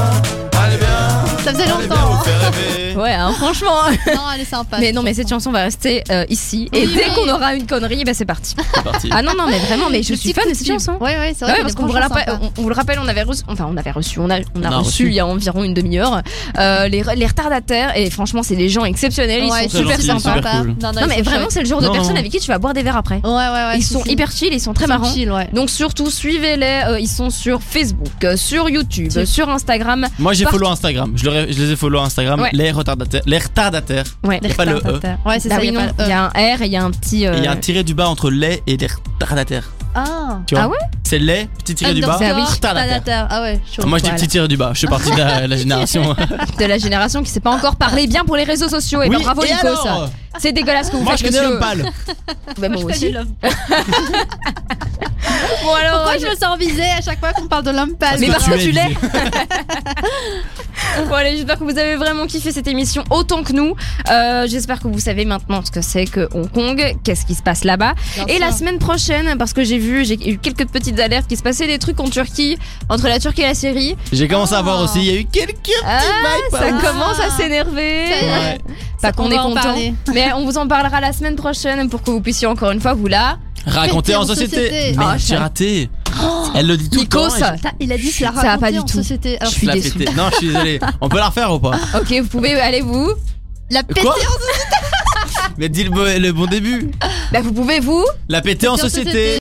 Speaker 4: allez bien,
Speaker 3: Ça faisait
Speaker 4: allez bien,
Speaker 3: longtemps.
Speaker 4: vous
Speaker 3: hein.
Speaker 4: fait rêver.
Speaker 2: Ouais, hein, franchement.
Speaker 3: Non, elle est sympa.
Speaker 2: mais non, mais cette chanson va rester euh, ici. Et
Speaker 3: Oui,
Speaker 2: dès
Speaker 3: oui.
Speaker 2: qu'on aura une connerie, bah c'est parti.
Speaker 4: C'est parti.
Speaker 2: Ah non, non, mais vraiment, mais je suis fan de cette chanson.
Speaker 3: Ouais, ouais, c'est
Speaker 2: Ah
Speaker 3: vrai.
Speaker 2: ouais, parce
Speaker 3: qu'elle est
Speaker 2: qu'on vous, le
Speaker 3: franchement
Speaker 2: rappelle-
Speaker 3: sympa.
Speaker 2: on- on vous le rappelle, on avait reçu, enfin on avait reçu, on a, on a reçu, il y a environ une demi-heure euh, les, re- les retardataires et franchement c'est des gens exceptionnels,
Speaker 3: Ouais,
Speaker 2: ils sont super
Speaker 4: gentils,
Speaker 2: sympas.
Speaker 4: super cool.
Speaker 3: Non, non,
Speaker 2: Non
Speaker 3: ils
Speaker 2: mais
Speaker 3: sont
Speaker 2: vraiment
Speaker 3: chouettes.
Speaker 2: c'est le genre
Speaker 4: Non,
Speaker 2: de personnes
Speaker 4: non.
Speaker 2: avec qui tu vas boire des verres après.
Speaker 3: Ouais, ouais, ouais.
Speaker 2: ils
Speaker 3: si,
Speaker 2: sont
Speaker 3: si.
Speaker 2: hyper chill, ils sont très
Speaker 3: Ils sont
Speaker 2: marrants.
Speaker 3: chill, ouais.
Speaker 2: Donc surtout suivez-les, euh, ils sont sur Facebook, euh, sur YouTube,
Speaker 3: Tu-
Speaker 2: sur Instagram.
Speaker 4: Moi j'ai
Speaker 2: Parti.
Speaker 4: follow Instagram, je, leur ai- je les ai follow Instagram,
Speaker 2: Ouais.
Speaker 4: les retardataires, les retardataires.
Speaker 2: Ouais.
Speaker 4: Y a pas le E.
Speaker 3: Ouais, c'est
Speaker 2: Bah
Speaker 3: ça.
Speaker 2: oui,
Speaker 3: y a
Speaker 2: non,
Speaker 3: pas le
Speaker 2: il
Speaker 3: E.
Speaker 2: y a un R et il y a un petit. euh,
Speaker 4: Et il y a un tiré du bas entre les et les retardataires.
Speaker 3: Ah.
Speaker 4: Tu vois
Speaker 2: Ah ouais
Speaker 4: C'est les, petit tiré du bas,
Speaker 2: Underscore. Ah oui.
Speaker 4: retardataires.
Speaker 3: Tadataire. Ah ouais, chaud.
Speaker 4: Moi je dis
Speaker 2: Voilà. bah,
Speaker 4: petit tiré du bas, je suis parti de la, la génération.
Speaker 2: de la génération qui sait pas encore parler bien pour les réseaux sociaux. Et ben, bravo
Speaker 4: et
Speaker 2: Nico, ça.
Speaker 4: alors
Speaker 2: C'est dégueulasse que vous
Speaker 4: Moi je
Speaker 2: faites.
Speaker 4: connais
Speaker 2: monsieur.
Speaker 4: le pal.
Speaker 2: Bah, moi
Speaker 3: Je
Speaker 2: aussi.
Speaker 3: connais l'homme.
Speaker 2: Bon alors.
Speaker 3: Pourquoi je me sens visée à chaque fois qu'on parle de l'homme pâle
Speaker 2: Mais
Speaker 4: que
Speaker 2: parce
Speaker 4: tu
Speaker 2: que
Speaker 4: es
Speaker 2: tu l'es.
Speaker 4: visé.
Speaker 2: bon allez, j'espère que vous avez vraiment kiffé cette émission autant que nous. Euh, j'espère que vous savez maintenant ce que c'est que Hong Kong, qu'est-ce qui se passe là-bas. Et la semaine prochaine, parce que j'ai vu, j'ai eu quelques petites alertes qui se passaient des trucs en Turquie, entre la Turquie et la Syrie.
Speaker 4: J'ai commencé à voir
Speaker 3: Ah.
Speaker 4: aussi, il y a eu quelques
Speaker 2: Ah,
Speaker 4: petits
Speaker 2: ça
Speaker 4: vibes. hein.
Speaker 3: ouf.
Speaker 2: commence à
Speaker 3: Ça
Speaker 2: s'énerver.
Speaker 3: y est.
Speaker 4: Ouais.
Speaker 2: Pas qu'on
Speaker 3: On
Speaker 2: est
Speaker 3: va en
Speaker 2: content.
Speaker 3: parler.
Speaker 2: Mais on vous en parlera la semaine prochaine pour que vous puissiez encore une fois vous là.
Speaker 4: Raconter
Speaker 3: Fêter
Speaker 4: en
Speaker 3: en
Speaker 4: société.
Speaker 3: société.
Speaker 4: Mais
Speaker 2: Ah,
Speaker 4: j'ai
Speaker 2: ça-
Speaker 4: raté.
Speaker 2: Oh,
Speaker 4: Elle le dit tout le
Speaker 2: Nikos,
Speaker 4: temps. et je-
Speaker 3: Putain, il a dit que la
Speaker 2: Ça va pas
Speaker 3: raconter
Speaker 2: du
Speaker 3: en
Speaker 2: tout.
Speaker 3: société. Alors,
Speaker 2: Je suis
Speaker 4: la
Speaker 2: déçue.
Speaker 4: pété. Non, je suis désolé. On peut la refaire ou pas
Speaker 2: Ok, vous pouvez aller vous.
Speaker 3: la péter
Speaker 4: Quoi Mais dis le, bon- le bon début.
Speaker 2: Bah, vous pouvez vous.
Speaker 4: La pété en
Speaker 3: Péter en
Speaker 4: société.
Speaker 3: société.